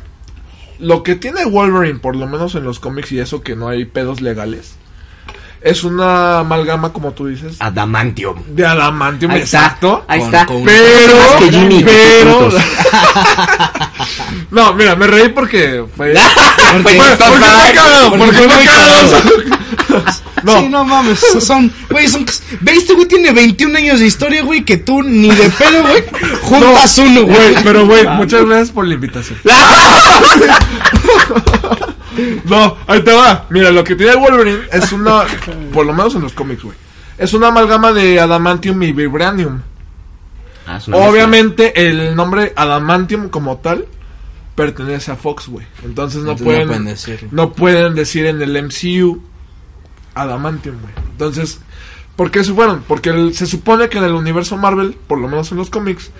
C: Lo que tiene Wolverine, por lo menos en los cómics y eso que no hay pedos legales, es una amalgama, como tú dices,
B: Adamantium.
C: de adamantium.
B: Ahí está.
C: exacto.
B: Ahí
A: Con-
B: está.
A: con-
C: Pero,
B: Más que Jimmy,
C: pero,
B: putos.
C: no, mira, me reí porque fue,
B: Porque
C: fue-
B: está
C: porque fue
B: mal.
C: cagado,
A: Porque
C: porque
A: fue
C: fue cagado. No,
A: Sí, no mames, son, güey, son, ve, este güey tiene 21 años de historia, güey, que tú ni de pedo, güey, juntas uno, güey.
C: güey, pero güey, muchas gracias por la invitación. No, ahí te va. Mira, lo que tiene Wolverine es una. Por lo menos en los cómics, güey. Es una amalgama de Adamantium y Vibranium.
B: Ah, es una mezcla.
C: Obviamente, el nombre Adamantium como tal pertenece a Fox, güey. Entonces no
A: Entonces no
C: pueden.
A: pueden decirlo.
C: no pueden decir en el MCU Adamantium, güey. Entonces, ¿por qué se fueron? Porque el- se supone que en el universo Marvel, por lo menos en los cómics,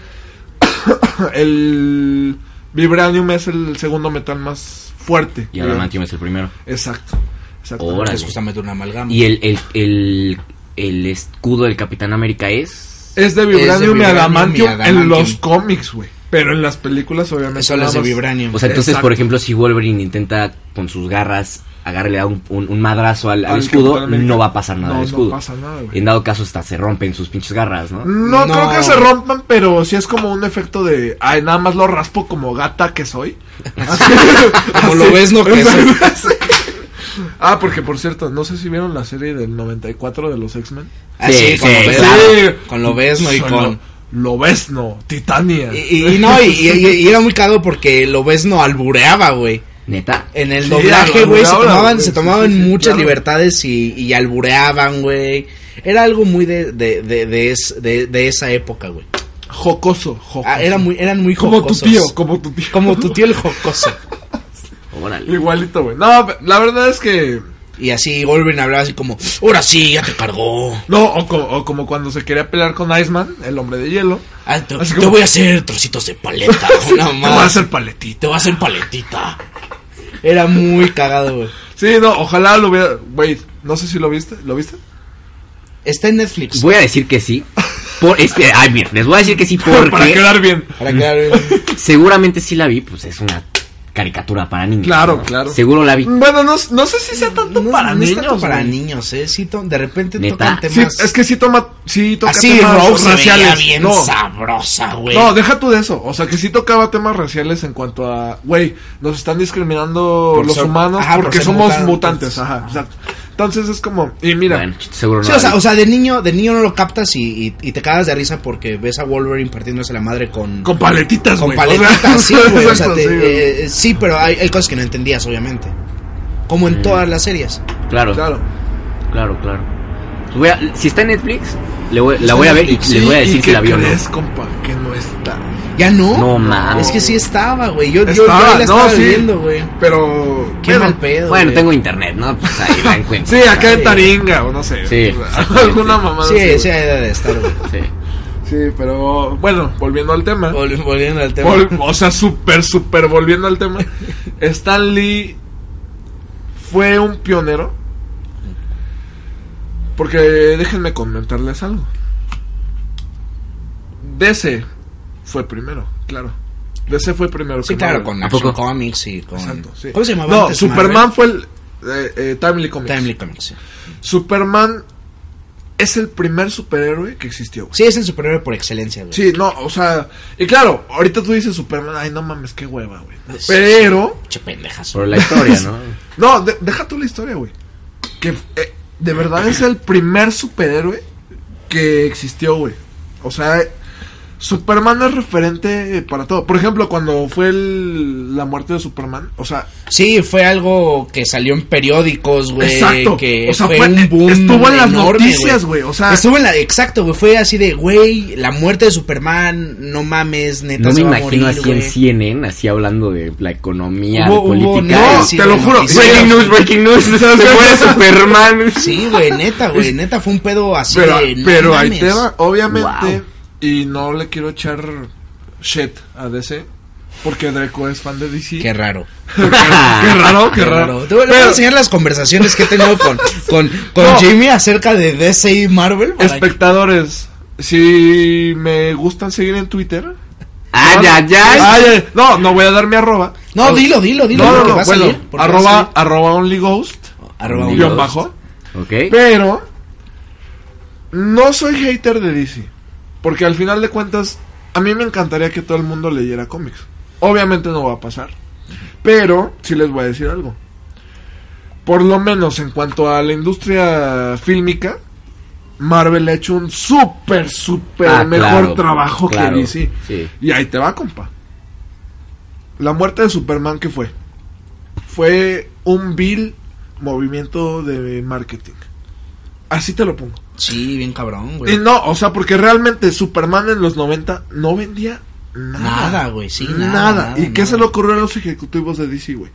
C: el Vibranium es el segundo metal más fuerte.
B: Y Adamantium es el primero.
C: Exacto. exacto.
B: Órale.
A: Es justamente una amalgama.
B: Y el, el, el, el escudo del Capitán América es.
C: Es de Vibranium,
A: Es de
C: y,
A: Vibranium y
C: adamantium en
A: Adamantium.
C: los cómics, güey. Pero en las películas, obviamente.
A: Solo es
C: nada
A: de
C: más-
A: vibranium.
B: O sea, entonces,
C: Exacto.
B: por ejemplo, si Wolverine intenta con sus garras agarre a un, un- un madrazo al, al
C: Al
B: escudo,
C: Capitán América.
B: no va a pasar nada
C: No,
B: al
C: no
B: escudo.
C: pasa nada, Mm. güey.
B: en dado caso, hasta se rompen sus pinches garras, ¿no?
C: No,
A: No.
C: creo que se rompan, pero sí es como un efecto de. Ay, nada más lo raspo como gata que soy. Así.
A: Como lo ves, no pesa.
C: Así. Ah, porque por cierto, no sé si vieron la serie del 94 de los X-Men.
A: Así,
B: Sí,
A: con,
B: sí,
A: lo ves,
C: sí.
A: con lo ves, no y
C: Soy
A: con.
C: Lo, lo ves, no. Titania.
A: Y, y- y no, y, y- y era muy cagado porque lo ves, no albureaba, güey.
B: Neta.
A: En el
C: Sí,
A: doblaje, güey, se
C: albureaban,
A: tomaban,
C: güey,
A: se
C: sí,
A: tomaban
C: sí, sí,
A: muchas
C: claro.
A: libertades y, y albureaban, güey. Era algo muy de, de, de, de, es- de- de esa época, güey.
C: Jocoso, jocoso.
A: Ah, era muy, eran muy
C: como tu
A: jocosos.
C: tío, como tu tío.
A: Como tu tío el jocoso.
B: Órale.
C: Igualito, güey. No, la verdad es que.
A: Y así Wolverine hablaba así como, ahora sí, ya te cargó.
C: No, o, co- o como cuando se quería pelear con Iceman, el hombre de hielo.
A: Ah, te,
C: Así
A: te
C: como-
A: voy a hacer trocitos de paleta, una
C: Te voy a
A: más.
C: hacer paletita.
A: Te voy a hacer paletita. Era muy cagado, güey.
C: Sí, no, ojalá lo hubiera. Güey, no sé si lo viste. ¿Lo viste?
A: Está en Netflix.
B: Voy a decir que sí. Por este, ay, mira, les voy a decir que sí
C: Para
B: porque
C: quedar bien.
A: Para quedar bien.
B: seguramente sí la vi, pues es una caricatura para niños.
C: Claro,
B: ¿no?
C: claro.
B: Seguro la vi.
C: Bueno, no, no sé si sea tanto
A: No,
C: para
A: no es
C: niños.
A: tanto para
C: güey.
A: niños, eh. Sí, to- de repente
B: Neta.
A: tocan
C: Sí,
A: temas.
C: es que sí toma, sí toca
A: Así
C: temas
A: Rose se veía
C: raciales.
A: bien
C: no,
A: sabrosa, güey.
C: no, deja tú de eso. O sea, que sí tocaba temas raciales en cuanto a, güey, nos están discriminando
A: Por
C: los
A: ser-
C: humanos
A: ajá, por
C: porque
A: ser
C: somos
A: mutantes.
C: mutantes. Ajá, exacto. Entonces es como, y mira,
B: Bueno, ch- seguro no.
A: Sí,
B: la
A: o sea,
B: vi.
A: o sea, de niño, de niño no lo captas y, y- y te cagas de risa porque ves a Wolverine partiéndose la madre con,
C: con paletitas,
A: con
C: güey.
A: paletitas, sí, güey. O sea,
C: exacto,
A: te-
C: sí, güey.
A: eh, eh, sí, pero hay, hay cosas que no entendías, obviamente. Como en todas las series.
B: claro, claro,
C: claro.
B: claro, Pues voy a- si está en Netflix, le voy- la voy a ver y
A: Netflix,
B: les voy a
C: ¿Y
B: decir
C: qué
B: que la vi o no.
C: crees, compa, que no está.
A: ¿Ya no?
B: No mames.
A: Es que sí estaba, güey. Yo, yo- yo
C: Estaba,
A: ahí la
C: no,
A: estaba
C: sí.
A: viendo, güey.
C: Pero,
A: Qué
C: bueno,
A: mal pedo.
B: Bueno,
A: güey.
B: tengo internet, ¿no? Pues ahí la encuentro.
C: Sí, acá en
A: Sí.
C: Taringa, o no
B: Sí,
C: sé. o sea,
B: exactamente.
C: alguna mamada. así,
A: Sí,
C: güey.
A: sí, era de estar, güey.
B: Sí.
C: Sí, pero bueno, volviendo al tema.
A: Vol- Volviendo al tema.
C: Vol- o sea, súper, súper volviendo al tema. Stan Lee fue un pionero. Porque déjenme comentarles algo. DC fue primero, claro. DC fue primero.
A: sí,
C: que
A: claro,
C: Marvel.
A: con
B: ¿A
A: Action
B: poco?
A: Comics y con.
C: Exacto, sí.
A: ¿Cómo se llamaba?
C: No,
A: antes
C: Superman
A: Marvel?
C: fue el eh, eh, Timely Comics.
A: Timely Comics. sí.
C: Superman es el primer superhéroe que existió. güey.
A: Sí, es el superhéroe por excelencia, güey.
C: Sí, no, o sea, y claro, ahorita tú dices Superman, ay, no mames, qué hueva, güey.
A: Sí.
C: Pero,
A: Che pendejas.
B: Por la historia, ¿no?
C: no, de- deja tú la historia, güey. Que eh, de verdad es el primer superhéroe que existió, güey. O sea, eh, Superman es referente para todo. Por ejemplo, cuando fue el- la muerte de Superman, o sea,
A: Sí, fue algo que salió en periódicos, güey.
C: Exacto.
A: Que
C: O sea,
A: fue,
C: fue- e-,
A: un boom.
C: estuvo en las
A: enorme,
C: noticias, güey, o sea-
A: estuvo en la. Exacto, güey. Fue así de, güey, la muerte de Superman. No mames, neta.
B: No me
A: se va a
B: imagino
A: morir,
B: así en
A: güey.
B: CNN, así hablando de la economía,
A: Hubo-
B: de
A: hubo-
B: política.
A: no,
B: y-
A: sí,
C: te lo
A: güey,
C: juro.
A: noticias.
B: Breaking news, breaking news, se muere Superman.
A: Sí, güey, neta, güey. Neta fue un pedo así
C: pero,
A: de. no
C: pero ahí
A: mames.
C: te va, obviamente,
B: Wow.
C: y no le quiero echar shit a DC, porque Draco es fan de DC.
A: Qué raro.
C: qué, qué raro, qué,
A: Qué
C: raro.
A: raro. Te voy- le voy a
C: Pero
A: enseñar las conversaciones que he tenido con, con, con
C: No.
A: Jimmy acerca de DC y Marvel. para que-
C: espectadores, si me gustan seguir en Twitter.
B: Ay, ay, ay.
C: Ay, ay, No, no voy a dar mi arroba.
A: Ah, No, dilo, dilo, dilo.
C: No, no,
A: porque
C: no,
A: va a
C: bueno,
A: salir, porque va a
C: arroba,
A: salir.
C: arroba OnlyGhost,
A: Arroba
B: Only
A: uno.
C: guión bajo.
B: Ok.
C: Pero no soy hater de DC. Porque al final de cuentas, a mí me encantaría que todo el mundo leyera cómics. Obviamente no va a pasar. Pero sí les voy a decir algo. Por lo menos en cuanto a la industria fílmica, Marvel ha hecho un súper, súper
B: Ah,
C: mejor
B: claro,
C: trabajo
B: claro,
C: que DC.
B: sí.
C: Y ahí te va, compa. La muerte de Superman, ¿qué fue? Fue un vil movimiento de marketing. Así te lo pongo.
A: Sí, bien cabrón,
C: Y
A: güey.
C: no, o sea, porque realmente Superman en los 90 no vendía nada.
A: Nada, güey, sí, nada, nada,
C: ¿Y qué
A: nada.
C: se le ocurrió a los ejecutivos de DC, güey?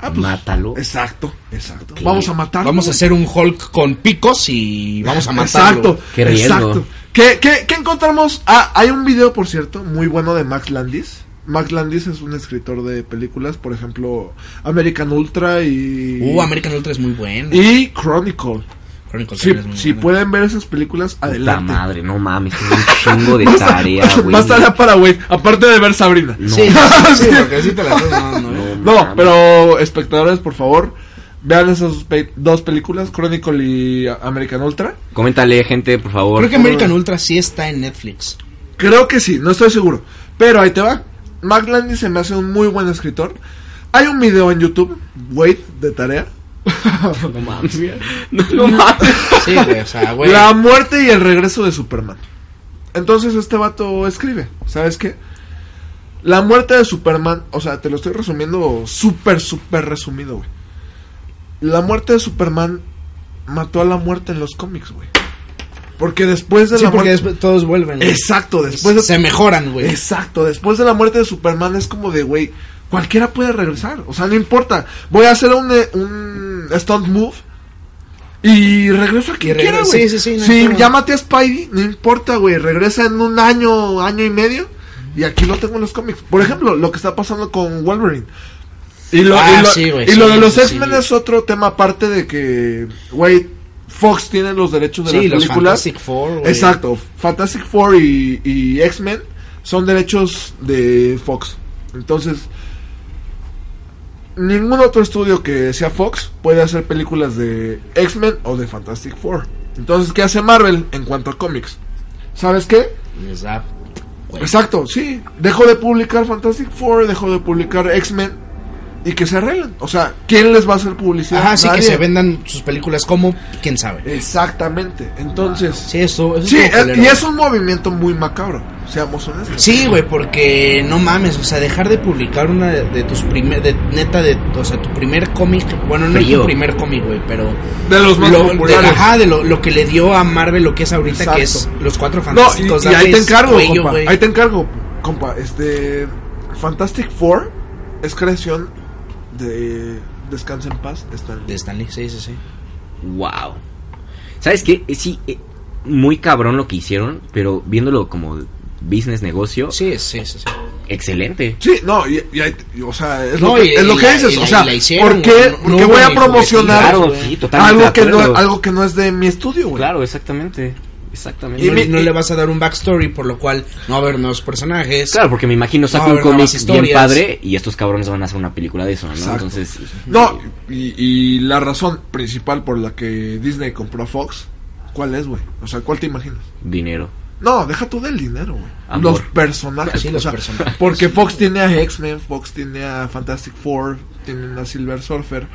C: Ah,
B: Mátalo.
C: Exacto, exacto. Vamos a matarlo.
A: Vamos a
C: güey.
A: hacer un Hulk con picos y vamos a matarlo.
C: Exacto.
B: Qué riesgo.
C: Exacto. ¿Qué, qué, qué encontramos? Ah, hay un video, por cierto, muy bueno de Max Landis. Max Landis es un escritor de películas, por ejemplo, American Ultra y.
A: Uh, American Ultra es muy bueno.
C: y Chronicle.
A: Chronicle
C: Si,
A: también es muy
C: si
A: bueno.
C: pueden ver esas películas,
B: Puta
C: adelante.
B: madre, no mames, es un chingo de tarea, güey.
C: Más tarea para güey, aparte de ver Sabrina.
A: Sí, sí, sí, porque así te la estás mamando, ¿eh?
B: No,
C: No, pero espectadores, por favor, Vean esas pe- dos películas, Chronicle y American Ultra.
B: Coméntale, gente, por favor.
A: Creo que American Ultra sí está en Netflix.
C: Creo que sí, no estoy seguro. Pero ahí te va. Mark Landis se me hace un muy buen escritor. Hay un video en YouTube, Wait, de tarea.
B: No mames. No, no mames.
A: Sí, güey, o sea, güey.
C: La muerte y el regreso de Superman. Entonces este vato escribe, ¿sabes qué? La muerte de Superman, o sea, te lo estoy resumiendo súper, súper resumido, güey. La muerte de Superman mató a la muerte en los cómics, güey. Porque después de
A: Sí,
C: la
A: porque
C: muerte...
A: después todos vuelven. güey.
C: Exacto, después de...
A: Se mejoran, güey.
C: Exacto, después de la muerte de Superman es como de, güey, cualquiera puede regresar. O sea, no importa. Voy a hacer un, eh, un stunt move y regreso a quien quiera,
A: regresa-
C: güey.
A: sí, sí, sí, no
C: si
A: importa.
C: llámate a Spidey, no importa, güey. Regresa en un año, año y medio. Y aquí lo tengo en los cómics. Por ejemplo, lo que está pasando con Wolverine. Y lo,
A: Ah,
C: y lo-
A: sí, güey,
C: y
A: sí,
C: lo de los
A: sí,
C: X-Men
A: sí.
C: es otro tema aparte de que, güey, Fox tiene los derechos de
A: Sí,
C: las
A: los
C: películas.
A: Fantastic Four, güey.
C: Exacto, Fantastic Four y, y X-Men son derechos de Fox. Entonces, ningún otro estudio que sea Fox puede hacer películas de X-Men o de Fantastic Four. Entonces, ¿qué hace Marvel en cuanto a cómics? ¿Sabes qué?
A: Les da, güey.
C: Exacto, sí. Dejó de publicar Fantastic Four, dejó de publicar X-Men y que se arreglen. O sea, ¿quién les va a hacer publicidad?
A: Ajá, sí, que
C: Nadie.
A: se vendan sus películas como, quién sabe.
C: Exactamente. Entonces,
A: Sí, eso, eso
C: sí,
A: estuvo
C: eh,
A: culero,
C: y
A: güey.
C: es un movimiento muy macabro, seamos honestos.
A: Sí, güey, porque no mames, o sea, dejar de publicar una de, de tus primer, de, neta, de, o sea, tu primer cómic, bueno, no
B: Frío.
A: tu primer cómic, güey, pero
C: De los más
A: lo, de,
C: populares.
A: ajá, de lo, lo que le dio a Marvel lo que es ahorita, que es
C: Exacto.
A: los cuatro
C: No, y,
A: fantásticos.
C: y ahí te
A: darles
C: encargo,
A: cuello,
C: compa.
A: güey.
C: Ahí te encargo, compa. Este. Fantastic Four es creación de. Descansa en paz. de Stan Lee.
A: De Stanley, sí, sí, sí.
B: Wow. ¿Sabes qué? Eh, Sí, eh, muy cabrón lo que hicieron, pero viéndolo como business, negocio,
A: Sí, sí, sí. sí.
B: excelente.
C: Sí, no, y, y ahí- y, o sea, es
A: No,
C: lo, que-
A: y-
C: es lo
A: y
C: que
A: la-
C: dices,
A: y la-
C: o
A: y
C: sea,
A: la hicieron,
C: ¿por
A: güey.
C: qué,
A: No-
C: por
A: no
C: qué
A: hubo ni
C: voy a
A: juguetillo,
C: promocionar
A: Claro,
B: Claro,
A: güey.
B: sí, totalmente. de
C: algo que, no,
B: acuerdo.
C: algo que no es de mi estudio, güey?
B: Claro, exactamente.
A: Y
B: Exactamente.
A: no,
C: mi-
A: no
C: y-
A: le vas a dar un backstory, por lo cual no va a haber nuevos personajes.
B: Claro, porque me imagino saca
A: No,
B: un
A: no, las
B: cómic bien
A: historias.
B: padre y estos cabrones van a hacer una película de eso, ¿no?
C: Exacto.
B: Entonces.
C: No, y, y la razón principal por la que Disney compró a Fox, ¿cuál es, güey? O sea, ¿cuál te imaginas?
B: Dinero.
C: No, deja tú del dinero, güey.
B: Amor.
C: Los personajes.
A: Sí,
C: o
A: los
C: sea,
A: personajes.
C: Porque Fox tiene a X-Men, Fox tiene a Fantastic Four, tiene a Silver Surfer.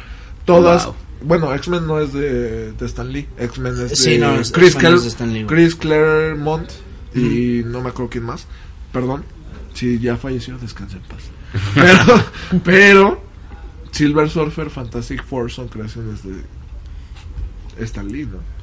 C: Todas.
B: Wow.
C: Bueno, X-Men no es de, de Stan Lee. X-Men es de
A: Sí, no, es-
C: Chris,
A: X-Men
C: Kel-
A: es de Stan Lee, güey.
C: Chris Claremont y no me acuerdo quién más. Perdón. Si ya falleció, descanse en paz. Pero, pero Silver Surfer, Fantastic Four son creaciones de Stan Lee, ¿no?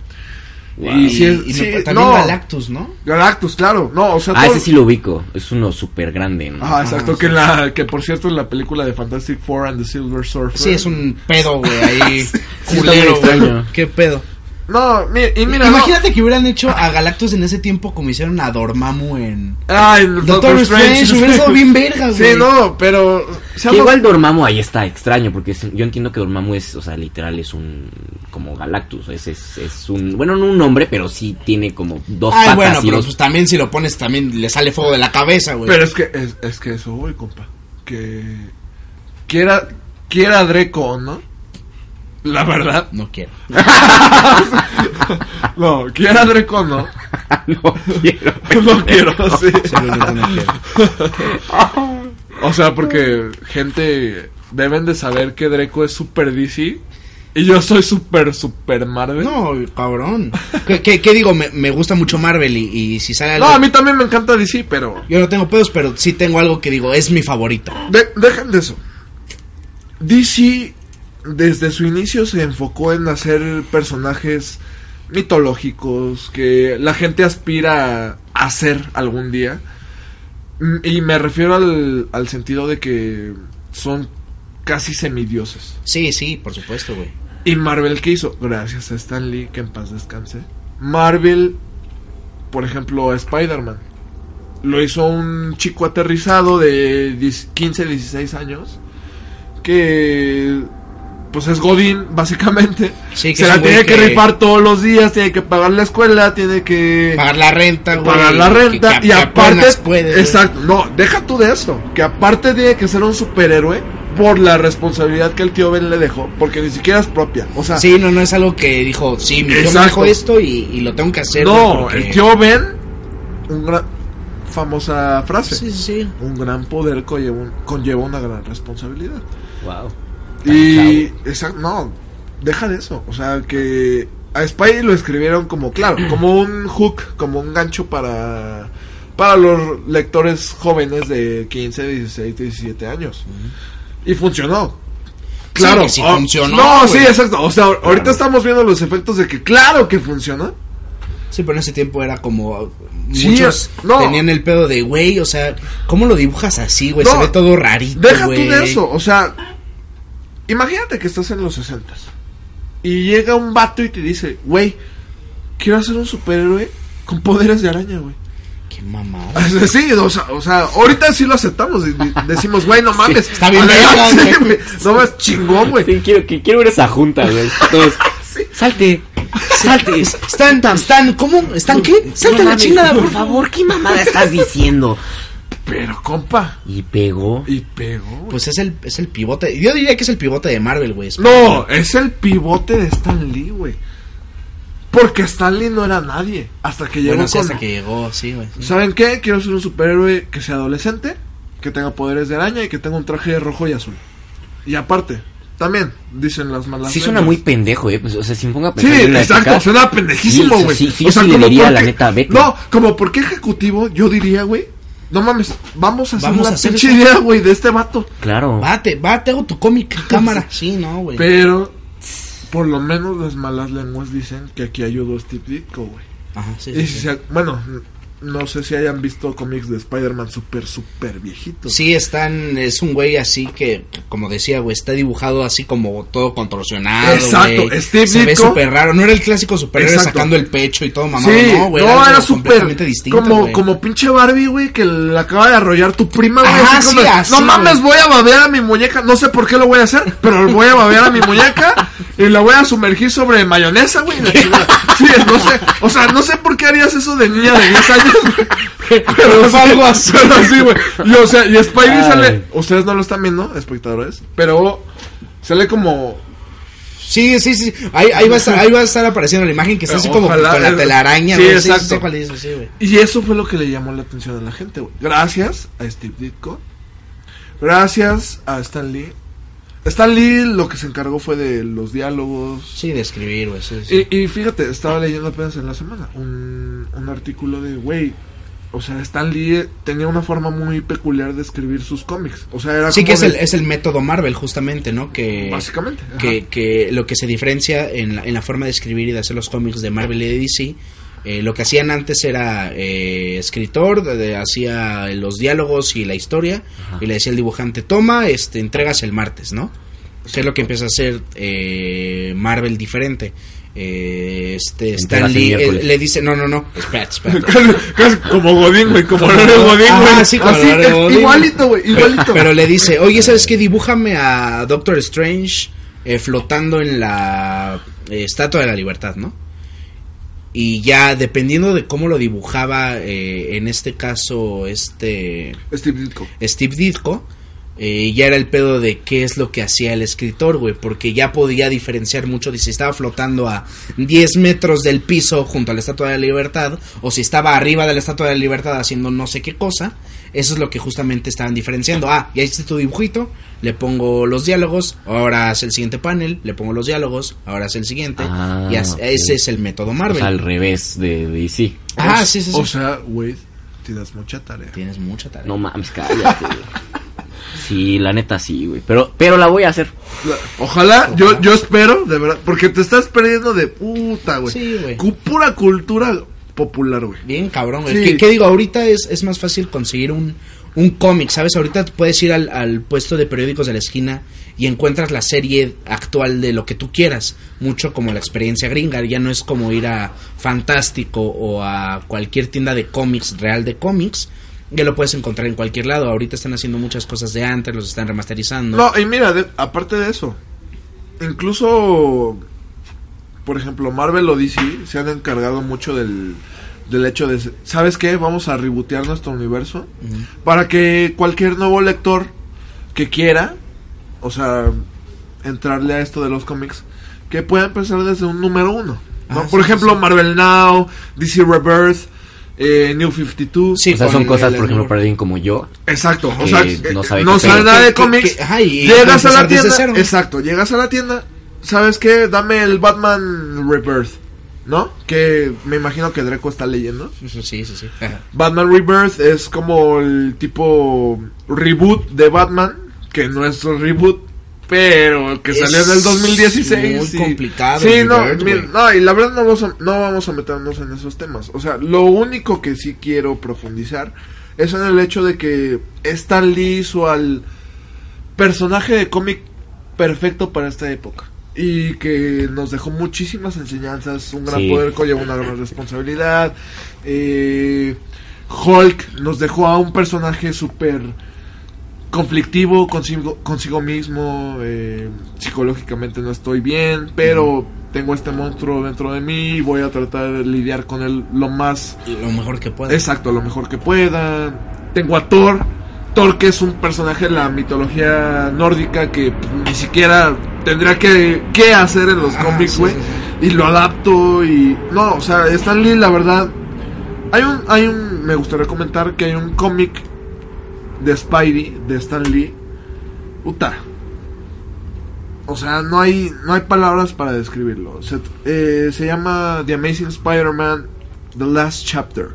B: Wow.
A: Y,
C: Y sí es-
A: y me-
C: sí,
A: también
C: no.
A: Galactus, ¿no?
C: Galactus, claro. No, o sea,
B: Ah,
C: todo-
B: ese sí lo ubico. Es uno súper grande,
A: Ah,
B: ¿no?
C: Ajá, exacto.
A: Ajá,
C: que, en la, que por cierto, en la película de Fantastic Four and the Silver Surfer.
A: Sí, es un pedo, güey, ahí.
B: muy
A: culero, güey.
B: extraño.
A: Qué pedo.
C: No, mi- y mira. no-
A: Imagínate que hubieran hecho a Galactus en ese tiempo como hicieron a Dormammu en
C: Ay, Ah, el
A: Doctor Strange. Hubiera estado bien verga, güey.
C: Sí, no, pero.
B: Que
C: seamos-
B: igual Dormammu ahí está extraño, porque es- yo entiendo que Dormammu es, o sea, literal es un. como Galactus. Es, es, es un. bueno, no un hombre, pero sí tiene como dos
A: Ay,
B: patas
A: bueno,
B: y
A: pero
B: dos.
A: pues también si lo pones también le sale fuego de la cabeza, güey.
C: Pero es que, es, es que eso, voy, compa. Que. Quiera, quiera Dreco o no. La verdad.
A: No quiero.
C: No, quiera Dreco o no.
B: no quiero.
C: No quiero, sí.
A: Sí, la neta, no quiero.
C: O sea, porque gente deben de saber que Dreco es super DC y yo soy super super Marvel. No,
A: No, cabrón. ¿Qué, qué- qué digo? Me, me gusta mucho Marvel y, y si sale algo.
C: a mí también me encanta DC, pero
A: Yo no tengo pedos, pero sí tengo algo que digo, es mi favorito.
C: de- dejen de eso. DC desde su inicio se enfocó en hacer personajes mitológicos que la gente aspira a ser algún día. Mm, Y me refiero al, al sentido de que son casi semidioses.
A: Sí, sí, por supuesto, güey.
C: ¿Y Marvel qué hizo? Gracias a Stan Lee, que en paz descanse. Marvel, por ejemplo, a Spider-Man. Lo hizo un chico aterrizado de 10 15, 16 años. Que pues es Godín, básicamente.
A: Sí, que
C: se
A: es
C: la
A: un güey
C: tiene que,
A: que-
C: rifar todos los días, tiene que pagar la escuela, tiene que
A: Pagar la renta, güey.
C: pagar la
A: que-
C: renta
A: que-
C: y
A: que
C: aparte
A: apenas puedes, güey.
C: exacto no deja tú de eso que aparte tiene que ser un superhéroe por la responsabilidad que el tío Ben le dejó porque ni siquiera es propia o sea
A: Sí, no, no es algo que dijo, sí, mi- yo me
C: Exacto.
A: dejo esto y, y lo tengo que hacer.
C: no
A: güey, porque-
C: el tío Ben una famosa frase
A: Sí, sí, sí.
C: un gran poder conlleva, un- conlleva una gran responsabilidad
B: Wow.
C: y exacto no deja de eso o sea que a Spidey lo escribieron como claro como un hook como un gancho para para los lectores jóvenes de 15, 16, 17 años. Y funcionó. Claro,
A: que sí
C: o-
A: funcionó,
C: No,
A: güey.
C: sí, exacto. O sea, ahorita estamos viendo los efectos de que claro que funciona.
A: Sí, pero en ese tiempo era como.
C: Sí,
A: Muchos
C: no.
A: tenían el pedo de, güey, o sea, ¿cómo lo dibujas así, güey? Se
C: No,
A: ve todo rarito.
C: Deja
A: güey.
C: tú de eso, o sea, imagínate que estás en los 60 y llega un vato y te dice, güey, quiero hacer un superhéroe con poderes de araña, güey.
A: Qué mamada.
C: Sí, o sea, o sea, ahorita sí lo aceptamos. y- y Decimos, güey, no mames.
A: está bien
C: Adelante,
A: verga, güey.
C: güey, No más chingón, güey.
B: Sí, quiero, que- quiero ver esa junta, güey. Todos, Salte, salte.
A: Están, están, ¿cómo? ¿Están qué? Salta la
B: No mames,
A: chingada, por
B: por
A: favor.
B: favor, ¿qué mamada estás diciendo?
C: Pero, compa.
B: Y pegó.
C: Y pegó. güey.
A: Pues es el, es el pivote. Yo diría que es el pivote de Marvel, güey.
C: No, es el pivote de Stan Lee, güey. Porque Stan Lee no era nadie. Hasta que llegó
A: Bueno, sí,
C: con-
A: hasta que llegó, sí, güey.
C: ¿Saben qué? Quiero ser un superhéroe que sea adolescente, que tenga poderes de araña y que tenga un traje rojo y azul. Y aparte, también, dicen las malas.
B: Sí suena
C: lenguas.
B: muy pendejo, eh. Pues, o sea, si me pongo a
C: Sí,
B: pensar en la
C: exacto,
B: época-
C: suena pendejísimo,
B: Sí,
C: güey.
B: Sí, sí, yo sí le
C: como
B: diría,
C: por
B: la
C: qué-
B: neta, vete.
C: No, como por qué ejecutivo, yo diría, güey. No mames, vamos a hacer
A: Vamos
C: una
A: a hacer
C: pinche
A: eso.
C: idea, güey, de este vato.
B: Claro.
A: Va, te, va, te hago tu cómic cámara. Sí, no, güey.
C: Pero, por lo menos las malas lenguas dicen que aquí ayudó Steve Ditko, güey.
A: Ajá, sí,
C: Y
A: sí,
C: si
A: sí.
C: se- bueno, no sé si hayan visto cómics de Spider-Man súper, súper viejitos.
A: Sí, están, es un güey así que, como decía, güey, está dibujado así como todo contorsionado.
C: Exacto,
A: güey.
C: Steve
A: Se ve
C: Ditko.
A: súper raro. No era el clásico superhéroe
C: Exacto.
A: sacando el pecho y todo mamado.
C: Sí,
A: no,
C: no,
A: güey. algo
C: era súper.
A: completamente distinto.
C: Como,
A: güey.
C: como pinche Barbie, güey, que le acaba de arrollar tu prima, güey.
A: Ajá,
C: así como,
A: sí, así,
C: no mames,
A: güey.
C: voy a babear a mi muñeca. No sé por qué lo voy a hacer, pero voy a babear a mi muñeca y la voy a sumergir sobre mayonesa, güey. la chingada. Sí, no sé. O sea, no sé por qué harías eso de niña de 10 años, güey.
A: Pero
C: sí,
A: fue algo así.
C: pero sí, güey. Y, o sea, y Spidey
B: Ay.
C: sale. Ustedes no lo están viendo, espectadores. Pero sale como.
A: Sí, sí, sí. Ahí, ahí, va a estar, ahí va a estar apareciendo la imagen que está así como
C: Ojalá.
A: con la telaraña.
C: Sí,
A: güey.
C: exacto.
A: sé cuál es, sí, güey.
C: Y eso fue lo que le llamó la atención a la gente, güey. Gracias a Steve Ditko. Gracias a Stan Lee. Stan Lee lo que se encargó fue de los diálogos.
A: Sí, de escribir, güey. sí, sí.
C: Y, y fíjate, estaba leyendo apenas en la semana un, un artículo de, güey, o sea, Stan Lee tenía una forma muy peculiar de escribir sus cómics. O sea, era
A: Sí,
C: como
A: que es
C: de-
A: el, es el método Marvel, justamente, ¿no? Que,
C: Básicamente. ajá.
A: que, que lo que se diferencia en la, en la forma de escribir y de hacer los cómics de Marvel y de DC, eh, lo que hacían antes era eh, escritor, de- de- hacía los diálogos y la historia, y le decía al dibujante, toma, este, entregas el martes, ¿no? Que es lo que empieza a hacer eh, Marvel diferente. Eh, este, Stan
B: Entregas el
A: Lee eh,
B: miércoles.
A: le dice, no, no, no, espérate, espérate.
C: Casi- casi como Godín, güey, como Lore Godín,
A: Ajá,
C: güey.
A: sí, como
C: Así,
A: Lore
C: es-
A: Godín.
C: igualito, güey, igualito.
A: Pero le dice, oye, ¿sabes qué? Dibújame a Doctor Strange eh, flotando en la eh, Estatua de la Libertad, ¿no? Y ya, dependiendo de cómo lo dibujaba, eh, en este caso, este
C: Steve Ditko.
A: Steve Ditko, eh, ya era el pedo de qué es lo que hacía el escritor, güey, porque ya podía diferenciar mucho de si estaba flotando a 10 metros del piso junto a la Estatua de la Libertad o si estaba arriba de la Estatua de la Libertad haciendo no sé qué cosa. Eso es lo que justamente estaban diferenciando. Ah, ya hiciste tu dibujito, le pongo los diálogos, ahora haz el siguiente panel, le pongo los diálogos, ahora haz el siguiente.
B: Ah,
A: y haz-
B: ok.
A: ese es el método
B: O
A: Marvel.
B: sea, al revés de DC.
A: ah,
C: O-
A: sí, sí, sí.
C: O sea, güey, tienes mucha tarea.
A: Tienes mucha tarea.
B: No mames, cállate. güey. sí, la neta sí, güey. Pero, pero la voy a hacer.
C: La- Ojalá, Yo, yo espero, de verdad, porque te estás perdiendo de puta, güey.
A: Sí, güey.
C: Cu- Pura cultura popular, güey.
A: Bien cabrón, güey.
C: Sí.
A: ¿Qué, qué digo? Ahorita es, es más fácil conseguir un, un cómic, ¿sabes? Ahorita puedes ir al, al puesto de periódicos de la esquina y encuentras la serie actual de lo que tú quieras. Mucho como la experiencia gringa. Ya no es como ir a Fantástico o a cualquier tienda de cómics, real de cómics. Ya lo puedes encontrar en cualquier lado. Ahorita están haciendo muchas cosas de antes, los están remasterizando.
C: No, y mira, de- aparte de eso, incluso, por ejemplo, Marvel o DC se han encargado mucho del, del hecho de, ¿sabes qué? Vamos a rebotear nuestro universo para que cualquier nuevo lector que quiera, o sea, entrarle a esto de los cómics, que pueda empezar desde un número uno. ¿no?
A: Ah,
C: por
A: sí,
C: ejemplo,
A: sí.
C: Marvel Now, DC Rebirth, eh, New 52.
A: Sí,
B: o sea, son
A: con
B: cosas,
A: el
B: por ejemplo,
A: amor.
B: para alguien como yo.
C: Exacto, o
B: que
C: sea, eh,
B: no
C: no,
B: sabe
C: sabe
B: qué pedo.
C: nada de
A: Que-
C: cómics.
A: que- ajá, y
C: llegas a
A: empezar
C: la
A: desde
C: tienda,
A: cero.
C: exacto, llegas a la tienda, ¿sabes qué? Dame el Batman Rebirth, ¿no? Que me imagino que Dreco está leyendo.
A: Sí, sí, sí. Ajá.
C: Batman Rebirth es como el tipo reboot de Batman, que no es un reboot, pero que
A: Es
C: salió en el 2016.
A: muy
C: y-
A: complicado
C: Sí,
A: el
C: no,
A: Rebirth,
C: mira,
A: güey.
C: no, y la verdad no vamos, a, no vamos a meternos en esos temas. O sea, lo único que sí quiero profundizar es en el hecho de que Stan Lee hizo al personaje de cómic perfecto para esta época. Y que nos dejó muchísimas enseñanzas. Un gran
B: Sí.
C: poder conlleva una gran responsabilidad. Eh, Hulk nos dejó a un personaje súper conflictivo consigo, consigo mismo. eh, psicológicamente no estoy bien, pero tengo este monstruo dentro de mí y voy a tratar de lidiar con él lo más
A: Y Lo mejor que pueda.
C: Exacto, lo mejor que pueda. Tengo a Thor. Thor que es un personaje de la mitología nórdica que pues, ni siquiera tendría que, que hacer en los
A: Ajá,
C: cómics,
A: sí,
C: güey.
A: sí,
C: Y lo adapto y... No, o sea, Stan Lee, la verdad... Hay un, hay un... Me gustaría comentar que hay un cómic de Spidey, de Stan Lee. Puta. O sea, no hay, no hay palabras para describirlo. Se, eh, se llama The Amazing Spider-Man, The Last Chapter.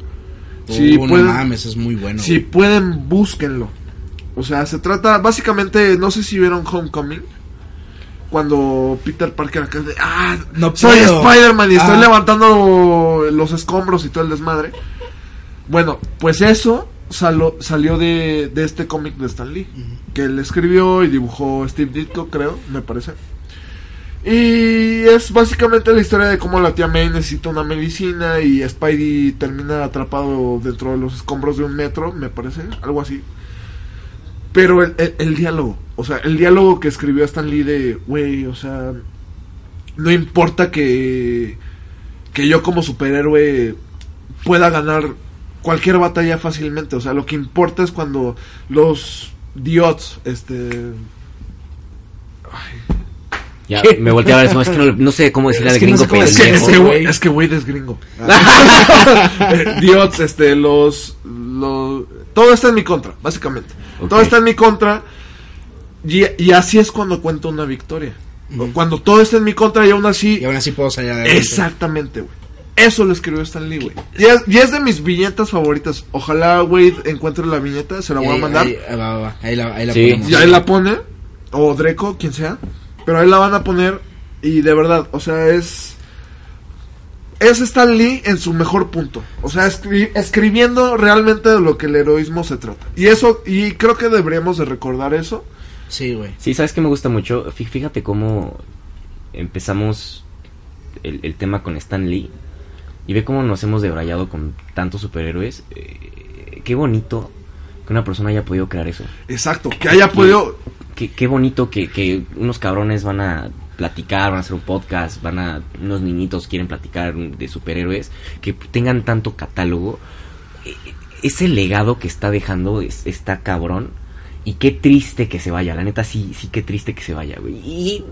A: Oh,
C: Si,
A: no
C: pueden,
A: mames, es muy bueno.
C: si
A: güey.
C: pueden, búsquenlo. O sea, se trata, básicamente, no sé si vieron Homecoming. Cuando Peter Parker acá de, ah,
A: No
C: soy
A: puedo".
C: Spider-Man y estoy
A: Ah.
C: levantando los escombros y todo el desmadre. Bueno, pues eso salo- salió de, de este cómic de Stan Lee, que él escribió y dibujó Steve Ditko, creo, me parece. Y es básicamente la historia de cómo la tía May necesita una medicina y Spidey termina atrapado dentro de los escombros de un metro, me parece, algo así. Pero el, el- el diálogo, o sea, el diálogo que escribió Stan Lee de, güey, o sea, no importa que, que yo como superhéroe pueda ganar cualquier batalla fácilmente, o sea, lo que importa es cuando los diots, este...
B: Ya
C: ¿Qué?
B: me volteaba a ver, no, es que no, no sé cómo decirle
A: Es
B: al
A: que no
B: gringo
A: sé cómo
C: Es que,
A: decirle,
B: pendejo.
C: es que, güey,
A: güey.
C: es que, güey, es gringo. Eh, Dios, este, los, los- Todo está en mi contra, básicamente.
B: Ok.
C: Todo está en mi contra. Y, y así es cuando cuento una victoria.
A: Ujú.
C: Cuando todo está en mi contra y aún así...
A: Y aún así puedo salir adelante.
C: Exactamente, güey. Eso lo escribió Stan Lee, güey. Y es, y es de mis viñetas favoritas. Ojalá, güey, encuentre la viñeta. Se la
A: Y
C: voy a
A: ahí-
C: mandar.
A: Ahí, ah, va, va, va. Ahí la, ahí la
B: Sí.
A: ponemos.
C: Y ahí la pone, o Dreco, quien sea, pero ahí la van a poner y de verdad, o sea, es... Es Stan Lee en su mejor punto, o sea, escri- escribiendo realmente de lo que el heroísmo se trata. Y eso, y creo que deberíamos de recordar eso.
A: Sí, güey.
B: Sí, ¿sabes qué me gusta mucho? Fí- Fíjate cómo empezamos el, el tema con Stan Lee y ve cómo nos hemos debrayado con tantos superhéroes. Eh, qué bonito que una persona haya podido crear eso.
C: Exacto, que haya podido...
B: Qué, qué bonito que, que unos cabrones van a platicar, van a hacer un podcast, van a unos niñitos quieren platicar de superhéroes, que tengan tanto catálogo. E- Ese legado que está dejando es- está cabrón. Y qué triste que se vaya, la neta sí, sí qué triste que se vaya, güey. Y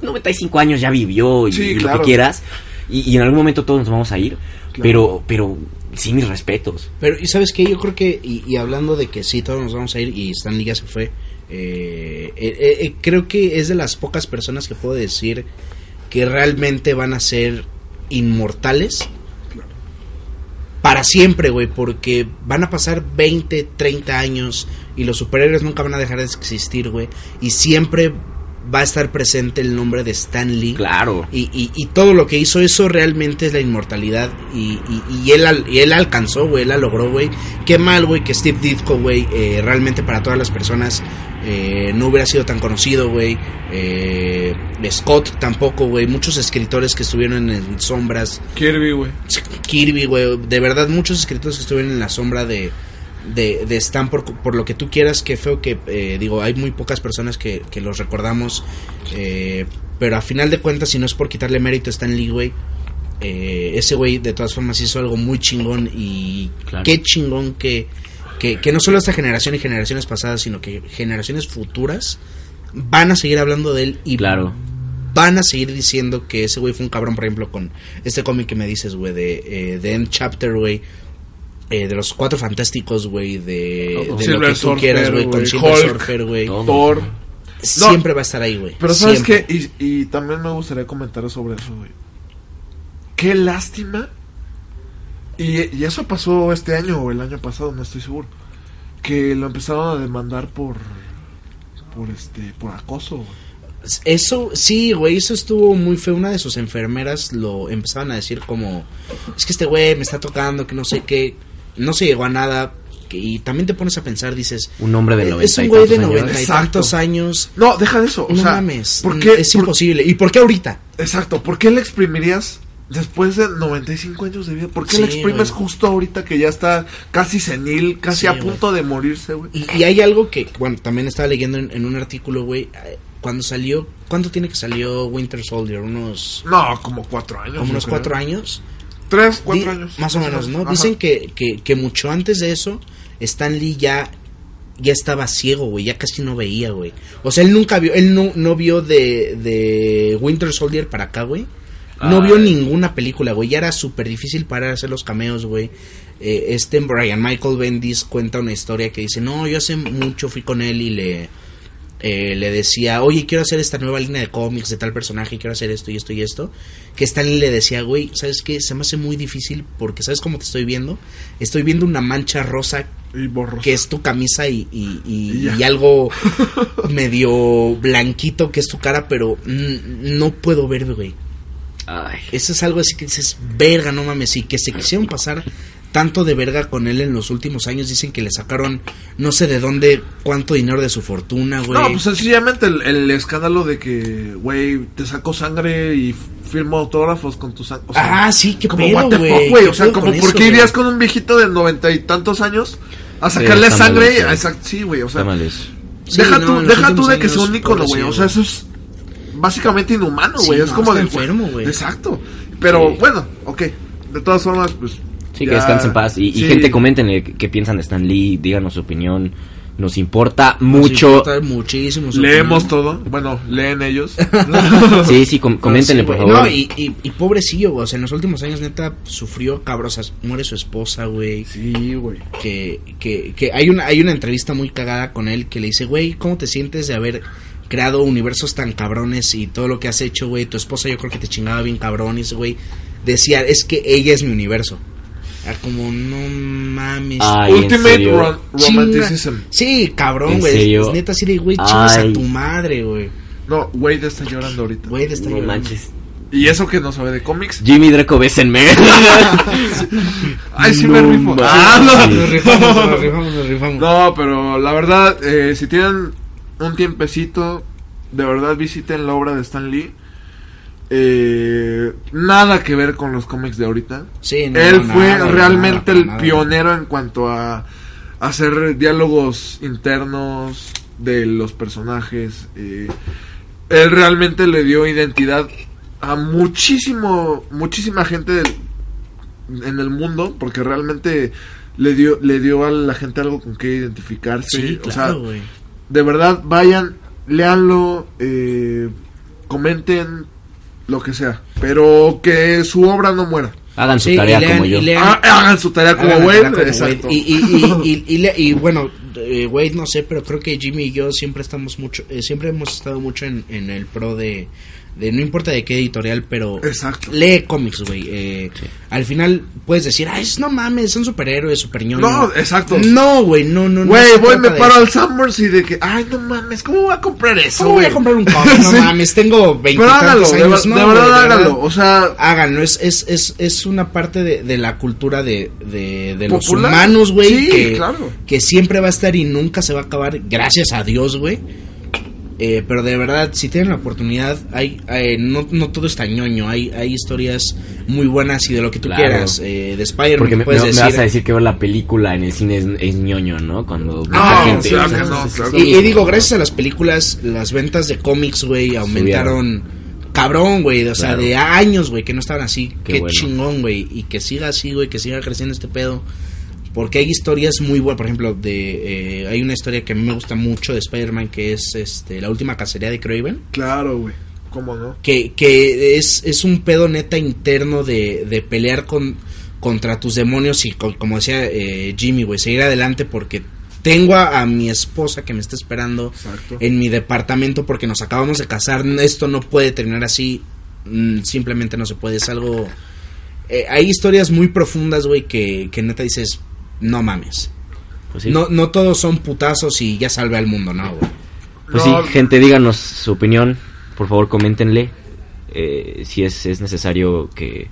B: 95 años ya vivió y,
C: Sí,
B: y lo
C: claro.
B: que quieras. Y, y en algún momento todos nos vamos a ir.
C: Claro.
B: Pero, pero, sí mis respetos.
A: Pero, ¿y sabes qué? Yo creo que, y, y hablando de que sí, todos nos vamos a ir y Stan Lee ya se fue, eh, eh, eh, eh, creo que es de las pocas personas que puedo decir que realmente van a ser inmortales para siempre, güey, porque van a pasar 20, 30 años y los superhéroes nunca van a dejar de existir, güey, y siempre va a estar presente el nombre de Stan Lee.
B: Claro.
A: Y, y- y todo lo que hizo eso realmente es la inmortalidad. Y, y- y él, al- y él alcanzó, güey, él la logró, güey. Qué mal, güey, que Steve Ditko, güey, eh, realmente para todas las personas eh, no hubiera sido tan conocido, güey. Eh, Scott tampoco, güey. Muchos escritores que estuvieron en sombras.
C: Kirby, güey.
A: Kirby, güey. De verdad, muchos escritores que estuvieron en la sombra de, de, de Stan por, por lo que tú quieras, que feo que, eh, digo, hay muy pocas personas que, que los recordamos, eh, pero a final de cuentas, si no es por quitarle mérito a Stan Lee, güey, eh, ese güey de todas formas hizo algo muy chingón y
B: Claro.
A: qué chingón que, que, que no solo esta generación y generaciones pasadas, sino que generaciones futuras van a seguir hablando de él y
B: Claro.
A: van a seguir diciendo que ese güey fue un cabrón, por ejemplo, con este cómic que me dices, güey, de eh, The End Chapter, güey. eh, de los cuatro fantásticos, güey, de,
C: Oh,
A: de lo
C: Silver
A: que tú
C: Surfer,
A: quieras, güey, con
C: güey,
A: Silver
C: Hulk.
A: Surfer, güey.
B: Todo.
C: Thor.
A: Siempre va a estar ahí, güey.
C: Pero sabes
A: Siempre.
C: que, y, y también me gustaría comentar sobre eso, güey. Qué lástima. Y, y eso pasó este año o el año pasado, no estoy seguro. Que lo empezaron a demandar por. Por este. Por acoso, güey.
A: Eso, sí, güey, eso estuvo muy feo. Una de sus enfermeras lo empezaban a decir como, es que este güey me está tocando, que no sé qué, no se llegó a nada. que- Y también te pones a pensar, dices,
B: Un hombre de 90
A: es un
B: y
A: güey de
B: tantos años.
A: noventa y tantos años.
C: No, deja de eso. O
A: no
C: sea,
A: mames, mm,
C: ¿por qué,
A: es
C: por-
A: imposible. ¿Y por qué ahorita?
C: Exacto, ¿por qué le exprimirías después de 95 años de vida? ¿Por qué
A: Sí,
C: le exprimes
A: güey.
C: justo ahorita que ya está casi senil, casi
A: Sí,
C: a
A: güey.
C: punto de morirse, güey?
A: Y, y hay algo que, bueno, también estaba leyendo en, en un artículo, güey, eh, cuando salió, ¿cuánto tiene que salió Winter Soldier? Unos,
C: No, como cuatro años.
A: como unos
C: yo creo.
A: cuatro años.
C: Tres, cuatro
A: Di-
C: años.
A: Más o menos, ¿no?
C: Ajá.
A: Dicen que, que, que mucho antes de eso, Stan Lee ya, ya estaba ciego, güey. Ya casi no veía, güey. O sea, él nunca vio, él no, no vio de, de Winter Soldier para acá, güey. No
B: Ah.
A: vio ninguna película, güey. Ya era súper difícil para hacer los cameos, güey. Eh, este Brian Michael Bendis cuenta una historia que dice, no, yo hace mucho fui con él y le... eh, le decía, oye, quiero hacer esta nueva línea de cómics de tal personaje, quiero hacer esto y esto y esto que Stan Lee le decía, güey, ¿sabes qué? Se me hace muy difícil porque ¿sabes cómo te estoy viendo? Estoy viendo una mancha rosa
C: Y borroso.
A: que es tu camisa y, y- y-
C: Y ya.
A: y algo medio blanquito que es tu cara, pero mm, no puedo ver, güey.
B: Ay.
A: Eso es algo así que dices, verga, no mames, y que se quisieron pasar tanto de verga con él en los últimos años. Dicen que le sacaron no sé de dónde, cuánto dinero de su fortuna, güey.
C: No, pues sencillamente el, el escándalo de que, güey, te saco sangre y firmo autógrafos con tus sangre.
A: Ah, sí, qué
C: como
A: pedo,
C: what the
A: güey,
C: fuck, güey.
A: qué
C: O sea,
A: pedo
C: como
A: con
C: por
A: eso,
C: qué
A: güey.
C: irías con un viejito de noventa y tantos años a
B: Sí,
C: sacarle
B: está mal
C: sangre.
B: eso.
C: a esa- sí, güey, o sea.
B: Está mal eso.
A: Sí,
C: deja
A: no,
C: tú,
A: en los
C: deja tú
A: últimos
C: de que sea
A: años,
C: un ícono, güey.
A: pobrecillo,
C: O sea, eso es básicamente inhumano,
A: Sí,
C: güey. es
A: no,
C: como
A: está
C: de.
A: enfermo, güey.
C: Exacto. Pero
B: Sí.
C: bueno, ok. De todas formas, pues.
B: Sí,
C: ya-
B: que descansen en paz. Y, y
C: sí.
B: gente, comenten eh, qué piensan de Stan Lee, díganos su opinión. Nos importa mucho.
A: Nos importa Muchísimo. su
C: Leemos
A: opinión.
C: todo. Bueno, leen ellos.
B: Sí, sí, com- coméntenle,
A: Sí,
B: por
A: güey.
B: favor.
A: No, y, y, y pobrecillo, güey. O sea, en los últimos años, neta, sufrió cabrosas. Muere su esposa, güey.
C: sí, güey.
A: Que, que, que hay, una, hay una entrevista muy cagada con él que le dice, güey, ¿cómo te sientes de haber creado universos tan cabrones y todo lo que has hecho, güey? Tu esposa yo creo que te chingaba bien cabrón. Y ese güey decía, es que ella es mi universo. Era como, no mames.
B: Ay, en
C: Ultimate
B: serio.
C: ron-
A: chinga".
C: Romanticism.
A: Sí, cabrón,
B: Ah, ¿En
A: güey.
B: serio?
A: Es Neta, así de, güey, chingas a
B: Ay.
A: tu madre, güey.
C: No, Wade está llorando ahorita.
A: Güey, te está
B: No
A: llorando.
B: manches.
C: Y eso que no sabe de cómics.
B: Jimmy Draco, bésenme.
C: Ay, sí me
B: No
C: rifo.
B: mames.
C: Ah, no.
A: Nos rifamos, nos rifamos, nos rifamos.
C: No, pero la verdad, eh, si tienen un tiempecito, de verdad visiten la obra de Stan Lee. Eh, nada que ver con los cómics de ahorita.
A: Sí, no,
C: Él
A: no,
C: fue
A: nada, güey,
C: realmente
A: nada,
C: el
A: nada.
C: pionero en cuanto a hacer diálogos internos de los personajes. eh, él realmente le dio identidad a muchísimo, muchísima gente del- en el mundo, porque realmente le dio, le dio a la gente algo con que identificarse.
A: Sí,
C: o sea,
A: claro, güey.
C: de verdad, vayan, leanlo, eh, comenten, lo que sea, pero que su obra no muera.
B: Hagan su
A: Sí, y
B: tarea
A: lean-
B: como yo.
A: y lean-
C: Ah, hagan su tarea como
A: Hagan la
C: Wade.
A: tarea como
C: Exacto.
A: Wade. Y, y, y, y, y le- y bueno, eh, Wade no sé, pero creo que Jimmy y yo siempre estamos mucho, eh, siempre hemos estado mucho en, en el pro de, de no importa de qué editorial, pero
C: Exacto.
A: lee cómics, güey. eh,
B: Sí.
A: Al final puedes decir, ay, es- no mames, son superhéroes, super
C: No, exacto.
A: No, güey, no, no, no.
C: Güey,
A: se
C: voy,
A: trata
C: me
A: de
C: paro
A: eso.
C: al Summers y de que, ay, no mames, ¿cómo voy a comprar eso,
A: ¿Cómo voy
C: güey?
A: a comprar un cómic? No
C: Sí.
A: mames, tengo
C: Pero
A: 20
C: hágalo, de,
A: años.
C: ver-
A: no,
C: de
A: güey,
C: verdad hágalo. O sea,
A: háganlo. Es, es, es, es una parte de, de la cultura de, de, de los
C: Popular.
A: humanos, güey.
C: Sí,
A: que,
C: claro.
A: que siempre va a estar y nunca se va a acabar, gracias a Dios, güey. Eh, pero de verdad, si tienen la oportunidad, hay, hay- no, no todo está ñoño, hay, hay historias muy buenas y de lo que tú
B: Claro.
A: quieras. Eh, de Spider-Man
B: Porque me,
A: puedes
B: me- me
A: decir...
B: vas a decir que ver la película en el cine es, es ñoño, ¿no? Cuando
A: Ah,
C: No,
B: gente.
C: claro que
B: Sí,
C: no,
B: sí, sí,
C: claro
B: sí.
A: Y, y digo, gracias a las películas, las ventas de cómics, güey, aumentaron cabrón, güey, o sea,
B: Claro.
A: de años, güey, que no estaban así.
B: Qué
A: Qué,
B: bueno.
A: chingón, güey, y que siga así, güey, que siga creciendo este pedo. Porque hay historias muy buenas, por ejemplo, de eh, hay una historia que a mí me gusta mucho de Spider-Man que es este la última cacería de Craven,
C: Claro, güey. ¿Cómo no?
A: que, que es, es un pedo neta interno de, de pelear con contra tus demonios y co- como decía eh, Jimmy, güey, seguir adelante porque tengo a- a mi esposa que me está esperando,
C: Exacto.
A: en mi departamento porque nos acabamos de casar. Esto no puede terminar así. Mm, Simplemente no se puede. Es algo. eh, hay historias muy profundas, güey, que, que neta dices, no mames.
B: Pues sí.
A: No, no todos son putazos y ya salve al mundo, no, güey.
B: Pues
C: No,
B: sí, gente, díganos su opinión. Por favor, coméntenle eh, si es, es necesario que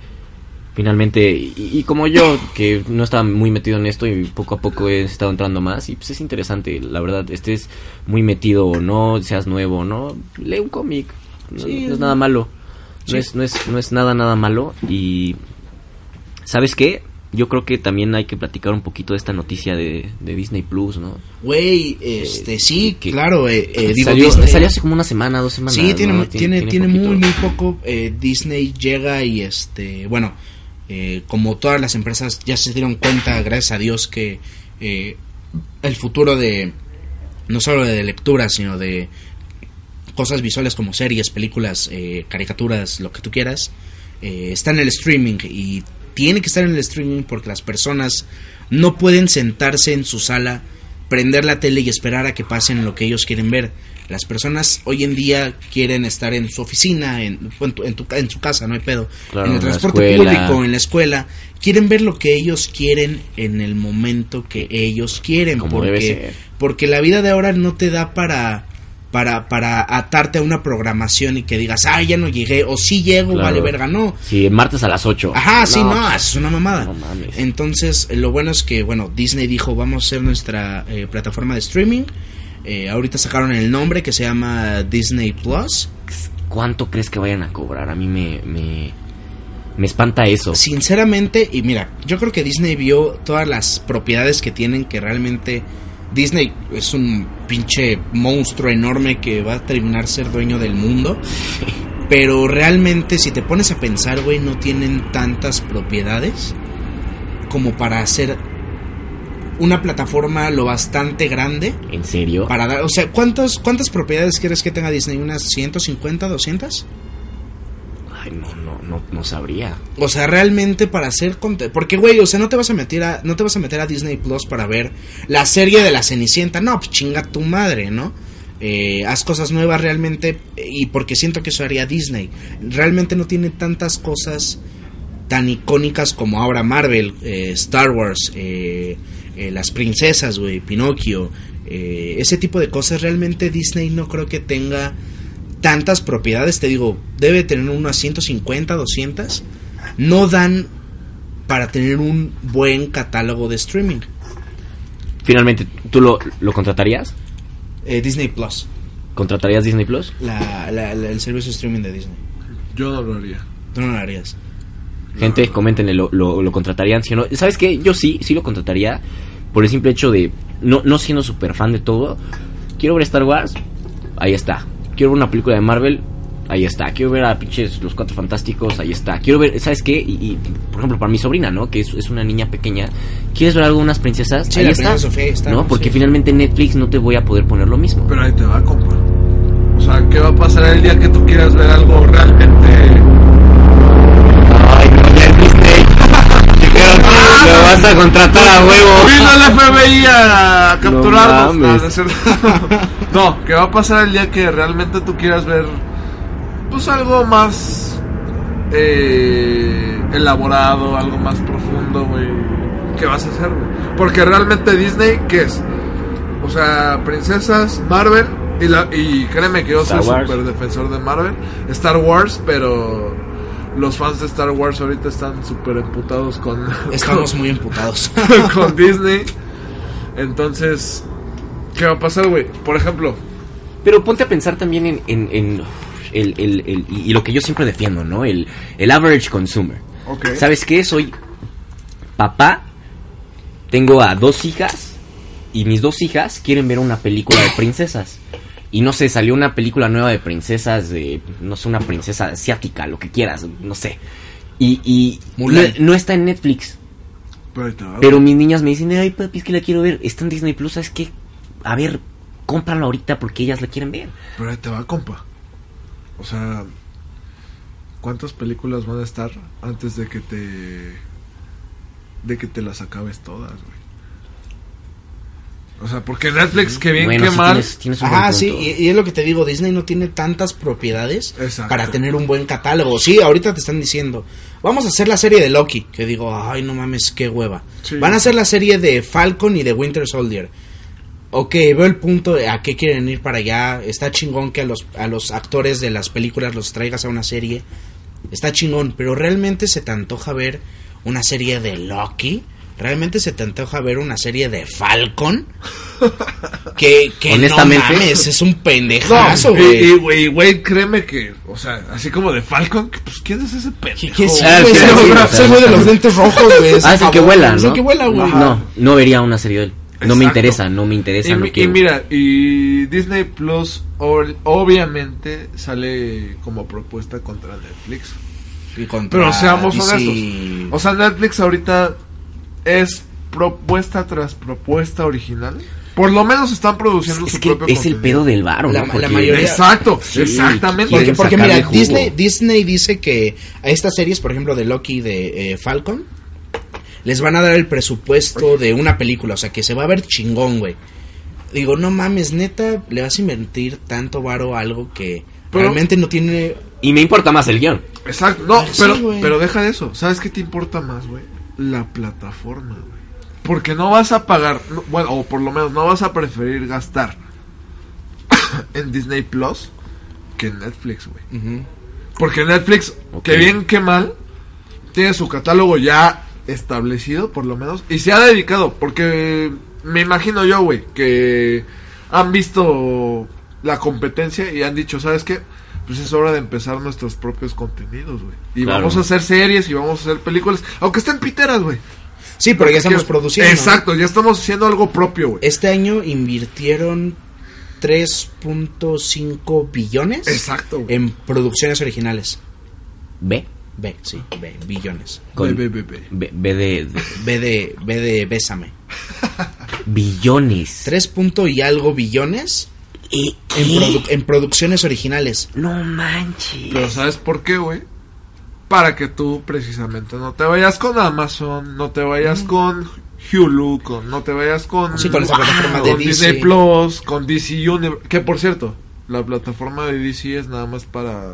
B: finalmente. Y, y como yo, que no estaba muy metido en esto y poco a poco he estado entrando más, y pues es interesante, la verdad, estés muy metido o no, seas nuevo o no, lee un cómic. No,
A: Sí,
B: no es
A: es-
B: nada malo.
A: sí.
B: No, es, no, es, no es nada, nada malo. Y. ¿Sabes qué? Yo creo que también hay que platicar un poquito de esta noticia de, de Disney Plus, ¿no?
A: Güey, este, sí,
B: que-
A: claro, eh, eh, digo,
B: salió,
A: Disney-
B: salió hace como una semana, dos semanas.
A: Sí, tiene,
B: ¿no?
A: mu- tiene, tiene,
B: poquito.
A: muy, muy poco. eh, Disney llega y este, bueno, eh, como todas las empresas ya se dieron cuenta, gracias a Dios, que eh, el futuro de, no solo de lectura, sino de cosas visuales como series, películas, eh, caricaturas, lo que tú quieras, eh, está en el streaming y tiene que estar en el streaming porque las personas no pueden sentarse en su sala, prender la tele y esperar a que pasen lo que ellos quieren ver. Las personas hoy en día quieren estar en su oficina, en, en, tu- en tu ca- en su casa, no hay pedo,
B: Claro,
A: en
B: en
A: el
B: la
A: transporte
B: escuela.
A: público, en la escuela. Quieren ver lo que ellos quieren en el momento que ellos quieren.
B: Como
A: porque
B: debe ser.
A: porque la vida de ahora no te da para para para atarte a una programación y que digas, "Ah, ya no llegué" o "Sí llego,
B: Claro.
A: vale verga, no."
B: Sí, martes a las 8.
A: Ajá, sí, no, es una mamada.
B: no mames.
A: Entonces, eh, lo bueno es que, bueno, Disney dijo, vamos a hacer nuestra eh, plataforma de streaming. Eh, ahorita sacaron el nombre que se llama Disney Plus.
B: ¿Cuánto crees que vayan a cobrar? A mí me. Me, me espanta eso.
A: Sinceramente, y mira, yo creo que Disney vio todas las propiedades que tienen que realmente... Disney es un pinche monstruo enorme que va a terminar ser dueño del mundo. Pero realmente, si te pones a pensar, güey, no tienen tantas propiedades como para hacer una plataforma lo bastante grande
B: ¿En serio?
A: para dar... O sea, ¿cuántas, cuántas propiedades quieres que tenga Disney? ¿Unas 150, 200?
B: Ay, no, no, no, no sabría.
A: O sea, realmente para hacer conte- Porque, güey, o sea, no te vas a meter a, no te vas a meter a Disney Plus para ver la serie de la Cenicienta. No, pues chinga tu madre, ¿no? Eh, haz cosas nuevas realmente. Y porque siento que eso haría Disney. Realmente no tiene tantas cosas tan icónicas como ahora Marvel, eh, Star Wars, eh, eh, las princesas, güey, Pinocchio, eh, ese tipo de cosas. Realmente Disney no creo que tenga tantas propiedades. Te digo, debe tener unas 150, 200. No dan para tener un buen catálogo de streaming.
B: Finalmente, ¿tú lo, lo contratarías?
A: Eh, Disney Plus,
B: ¿Contratarías Disney Plus?
A: la- la- la- el servicio de streaming de Disney.
C: Yo no lo haría.
A: Tú no lo harías.
B: Gente, coméntenle, ¿lo, lo, lo contratarían? Si no, ¿Sabes qué? Yo sí, sí lo contrataría. Por el simple hecho de. No, no siendo super fan de todo. Quiero ver Star Wars. Ahí está. Quiero ver una película de Marvel. Ahí está. Quiero ver a pinches Los Cuatro Fantásticos. Ahí está. Quiero ver. ¿Sabes qué? Y, y, por ejemplo, para mi sobrina, ¿no? Que es, es una niña pequeña. ¿Quieres ver algo de unas princesas?
A: Sí,
B: ahí
A: la
B: está.
A: princesa Sofía, ahí está,
B: ¿No?
A: ¿no?
B: Porque
A: Sí.
B: finalmente Netflix no te voy a poder poner lo mismo.
C: Pero ahí te va, compa. O sea, ¿qué va a pasar el día que tú quieras ver algo realmente?
B: Ay, no, ya es Disney. Dijeron, lo vas a contratar a
C: Vino el FBI a capturarnos.
B: No
C: No,
B: mames.
C: no, es cierto. No, ¿qué va a pasar el día que realmente tú quieras ver? Pues algo más eh, elaborado, algo más profundo, güey. ¿Qué vas a hacer, güey? Porque realmente Disney, ¿qué es? O sea, princesas, Marvel. Y, la- y créeme que yo
B: Star
C: soy
B: Wars.
C: súper defensor de Marvel. Star Wars, pero los fans de Star Wars ahorita están súper emputados con,
A: Estamos muy emputados.
C: con Disney. Entonces, ¿qué va a pasar, güey? Por ejemplo,
B: Pero ponte a pensar también en, en- en el, el- el- y, y lo que yo siempre defiendo, ¿no? El, el average consumer.
C: Ok.
B: ¿Sabes qué? Soy papá, tengo a dos hijas y mis dos hijas quieren ver una película de princesas. Y no sé, salió una película nueva de princesas, de, no sé, una princesa asiática, lo que quieras, no sé. Y, y no,
A: Mulan.
B: no está en Netflix.
C: Pero ahí te va.
B: Pero mis niñas me dicen, ay papi, es que la quiero ver. Está en Disney Plus, ¿sabes qué? A ver, cómprala ahorita porque ellas la quieren ver.
C: Pero ahí te va, compa. O sea, ¿cuántas películas van a estar antes de que te. de que te las acabes todas, güey? O sea, porque Netflix, que bien,
B: bueno,
C: que
B: sí
C: mal.
B: tienes, tienes un
A: Ah,
B: buen
A: sí,
B: punto.
A: y, y es lo que te digo, Disney no tiene tantas propiedades
C: Exacto.
A: para tener un buen catálogo. Sí, ahorita te están diciendo, vamos a hacer la serie de Loki, que digo, ay, no mames, qué hueva.
C: Sí.
A: Van a hacer la serie de Falcon y de Winter Soldier. Ok, veo el punto de a qué quieren ir para allá. Está chingón que a los, a los actores de las películas los traigas a una serie. Está chingón, pero realmente se te antoja ver una serie de Loki. Realmente se te antoja ver una serie de Falcon. Que, que
B: Honestamente.
A: no mames, es un
B: Ah,
A: pendejazo,
C: No, y-
A: güey.
C: y güey, güey, créeme que, o sea, así como de Falcon, que, pues ¿quién es ese pendejo?
A: ¿Qué es,
B: Ah,
A: güey?
B: sí,
A: Ese
B: sí,
A: güey-
B: sí,
A: ese güey de los dientes rojos, güey.
B: Ah, es el que vuela, ¿no?
A: Es el que vuela, güey.
B: No, no vería una serie de él. No me
C: Exacto.
B: interesa, no me interesa,
C: Y,
B: no
C: mi- y
B: quiero.
C: mira, y Disney Plus ol- obviamente sale como propuesta contra Netflix.
A: Y contra
B: Ah,
C: Pero seamos
A: DC.
C: honestos. O sea, Netflix ahorita es propuesta tras propuesta original. Por lo menos están produciendo
B: es
C: su
B: que
C: propio
B: es el
C: contenido.
B: pedo del varo,
A: La-
B: ¿no?
A: la
B: Porque-
A: mayoría-
C: Exacto,
B: Sí,
C: exactamente.
B: quieren
A: Porque, porque
B: sacarle
A: mira,
B: jugo.
A: Disney, Disney dice que a estas series, por ejemplo, de Loki y de eh, Falcon, les van a dar el presupuesto de una película. O sea, que se va a ver chingón, güey. Digo, no mames, neta, le vas a invertir tanto varo a algo que
C: Pero-
A: realmente no tiene...
B: Y me importa más el guión.
C: Exacto, no,
A: Ah, Sí,
C: pero,
A: güey.
C: pero deja de eso. ¿Sabes qué te importa más, güey? La plataforma, güey. Porque no vas a pagar, no- bueno, o por lo menos no vas a preferir gastar en Disney Plus que en Netflix, güey.
A: Ujú.
C: Porque Netflix,
B: Ok.
C: que bien que mal, tiene su catálogo ya establecido, por lo menos, y se ha dedicado, porque me imagino yo, güey, que han visto la competencia y han dicho, ¿sabes qué? Pues es hora de empezar nuestros propios contenidos, güey. Y
B: Claro.
C: vamos a hacer series y vamos a hacer películas, aunque estén piteras, güey.
A: Sí, pero ya estamos
C: Que-
A: produciendo. ¿no?
C: Exacto, ya estamos haciendo algo propio, güey.
A: Este año invirtieron 3.5 billones
C: Exacto, güey.
A: en producciones originales.
B: Ve.
A: B, sí, B, billones.
B: Con-
C: Ve, ve, ve, ve.
B: Ve, ve de, de-
A: B de, B de Bésame.
B: billones.
A: 3. punto y algo billones
B: ¿Eh,
A: en,
B: qué?
A: produ- en producciones originales.
B: No manches.
C: Pero ¿sabes por qué, güey? Para que tú precisamente no te vayas con Amazon, no te vayas con Hulu, con, no te vayas con,
A: Sí, con esa
B: Wow,
A: plataforma de
C: con Disney
A: DC.
C: Plus, con DC Universe. Que por cierto, la plataforma de DC es nada más para,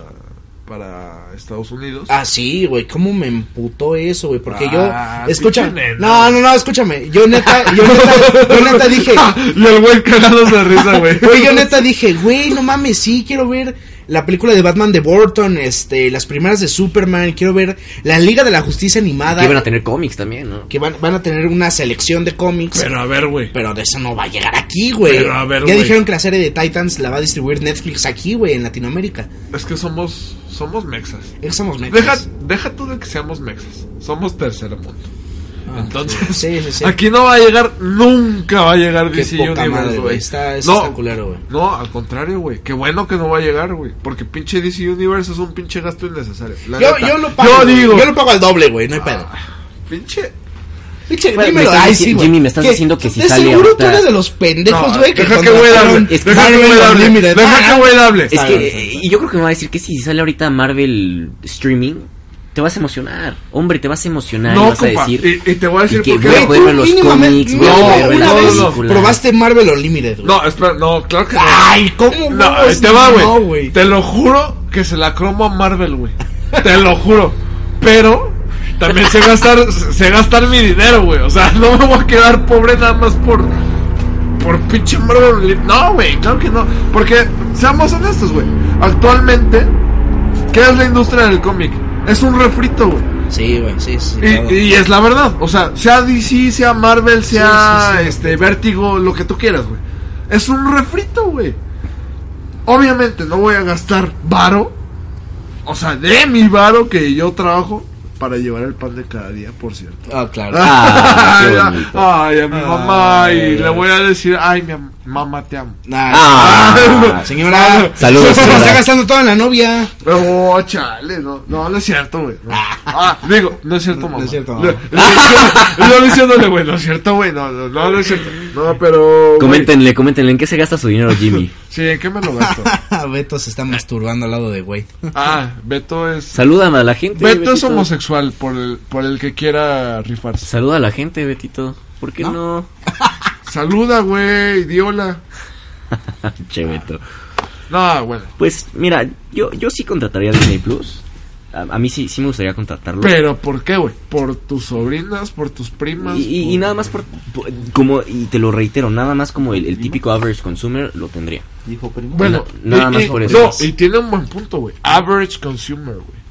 C: para Estados Unidos.
A: Ah, sí, güey, cómo me emputó eso, güey, porque
C: Ah,
A: yo... Escucha...
C: pinche nena.
A: No, no, no, escúchame. Yo neta, yo neta, yo neta dije...
C: y el güey cagándose de risa, güey.
A: Güey, yo neta dije, güey, no mames, sí, quiero ver la película de Batman de Burton, este, las primeras de Superman, quiero ver la Liga de la Justicia animada.
B: Que van a tener cómics también, ¿no?
A: que van, van a tener una selección de cómics. Pero,
C: Pero a ver, güey.
A: de eso no va a llegar aquí, güey.
C: Pero, a ver,
A: ya
C: güey.
A: dijeron que la serie de Titans la va a distribuir Netflix aquí, güey, en Latinoamérica.
C: Es que somos, somos mexas.
A: Es que somos mexas.
C: Deja, deja tú de que seamos mexas. Somos tercer mundo.
A: Ah,
C: Entonces,
A: Sí, sí, sí.
C: Aquí no va a llegar, nunca va a llegar
A: Qué
C: DC
A: poca madre,
C: Universe,
A: güey.
C: güey.
A: Está, eso
C: no,
A: está culero, güey.
C: no, al contrario, güey. Qué bueno que no va a llegar, güey. Porque pinche DC Universe es un pinche gasto innecesario. La
A: Yo,
C: neta.
A: yo lo pago.
C: Yo
A: güey.
C: digo. Ah.
A: Yo lo pago al doble, güey, no hay pedo.
C: Pinche.
A: Pinche,
B: Güey,
A: dímelo,
B: me estás
A: ay,
B: dici-
A: sí, güey.
B: Jimmy, me estás
A: ¿Qué?
B: diciendo que si
A: De
B: sale
A: seguro
B: ahorita-
A: tú eres de los pendejos,
C: No,
A: güey, que
C: deja que güey
A: contrataron-
C: hable.
B: es que
C: Deja que
A: Marvel
C: güey hable.
A: Unlimited. Ah,
C: Deja que güey hable.
B: Es
A: Está
B: que
A: bien,
B: eh,
A: está bien.
B: yo creo que me va a decir que si sale ahorita Marvel Streaming, te vas a emocionar. Hombre, te vas a emocionar. y
C: No,
B: vas a
C: compa.
B: decir,
C: Y, y te voy a decir
B: y que
C: por
B: voy a
C: qué.
A: Güey,
B: poder
A: tú
B: ver los
A: mínimamente-
B: cómics, voy a
A: no,
B: poder ver
A: una
B: la
A: vez
B: película.
A: probaste Marvel Unlimited, güey.
C: No, espera, no, claro que no.
A: Ay, ¿cómo?
C: No,
A: vamos?
C: ahí te va, güey.
A: No, güey.
C: te lo juro que se la cromo a Marvel, güey. te lo juro. Pero también sé gastar, sé gastar mi dinero, güey. O sea, no me voy a quedar pobre nada más por. Por pinche Marvel. No, güey, claro que no. Porque, seamos honestos, güey. Actualmente, ¿qué es la industria del cómic? Es un refrito, güey.
A: Sí, güey, sí, sí. claro.
C: Y, y es la verdad, o sea, sea DC, sea Marvel, sea
A: sí, sí.
C: este Vértigo, lo que tú quieras, güey. Es un refrito, güey. Obviamente no voy a gastar varo, o sea, de mi varo que yo trabajo para llevar el pan de cada día, por cierto.
A: Ah, claro.
B: Ah, qué
C: ay, a-
B: bonito.
C: ay, a mi mamá,
A: Ay.
C: y le voy a decir, ay, mi am- mamá, te amo.
A: Ah,
B: Ah.
A: señora.
B: Saludos,
A: Se
B: señora.
A: está gastando toda en la novia.
C: Oh, chale, no, no, no es cierto, güey. No. Ah, digo, no es cierto, mamá.
A: No es cierto, mamá.
C: Le- le- Yo diciéndole, güey, no es cierto, güey, no, no, no, no es cierto. No, pero. güey,
B: Coméntenle, coméntenle en qué se gasta su dinero Jimmy.
C: Sí, ¿en qué me lo gasto?
A: Beto se está masturbando al lado de Wade.
C: Ah, Beto es.
B: Saluda a la gente.
C: Beto es
B: Betito.
C: homosexual, por el, por el que quiera rifarse.
B: Saluda a la gente, Betito. ¿Por qué no?
C: Saluda, güey, di hola.
B: che, Beto.
C: No, bueno.
B: Pues mira, yo, yo sí contrataría Disney Plus. A, a mí sí, sí me gustaría contratarlo.
C: Pero, ¿por qué, güey? Por tus sobrinas, por tus primas.
B: Y, y- y
C: por-
B: nada más por, por- como y te lo reitero nada más como el, el típico average consumer lo tendría
D: Dijo primo.
C: Bueno,
B: Na- nada
C: y-
B: más
C: y-
B: por eso.
C: No, y tiene un buen punto, güey. Average consumer, güey.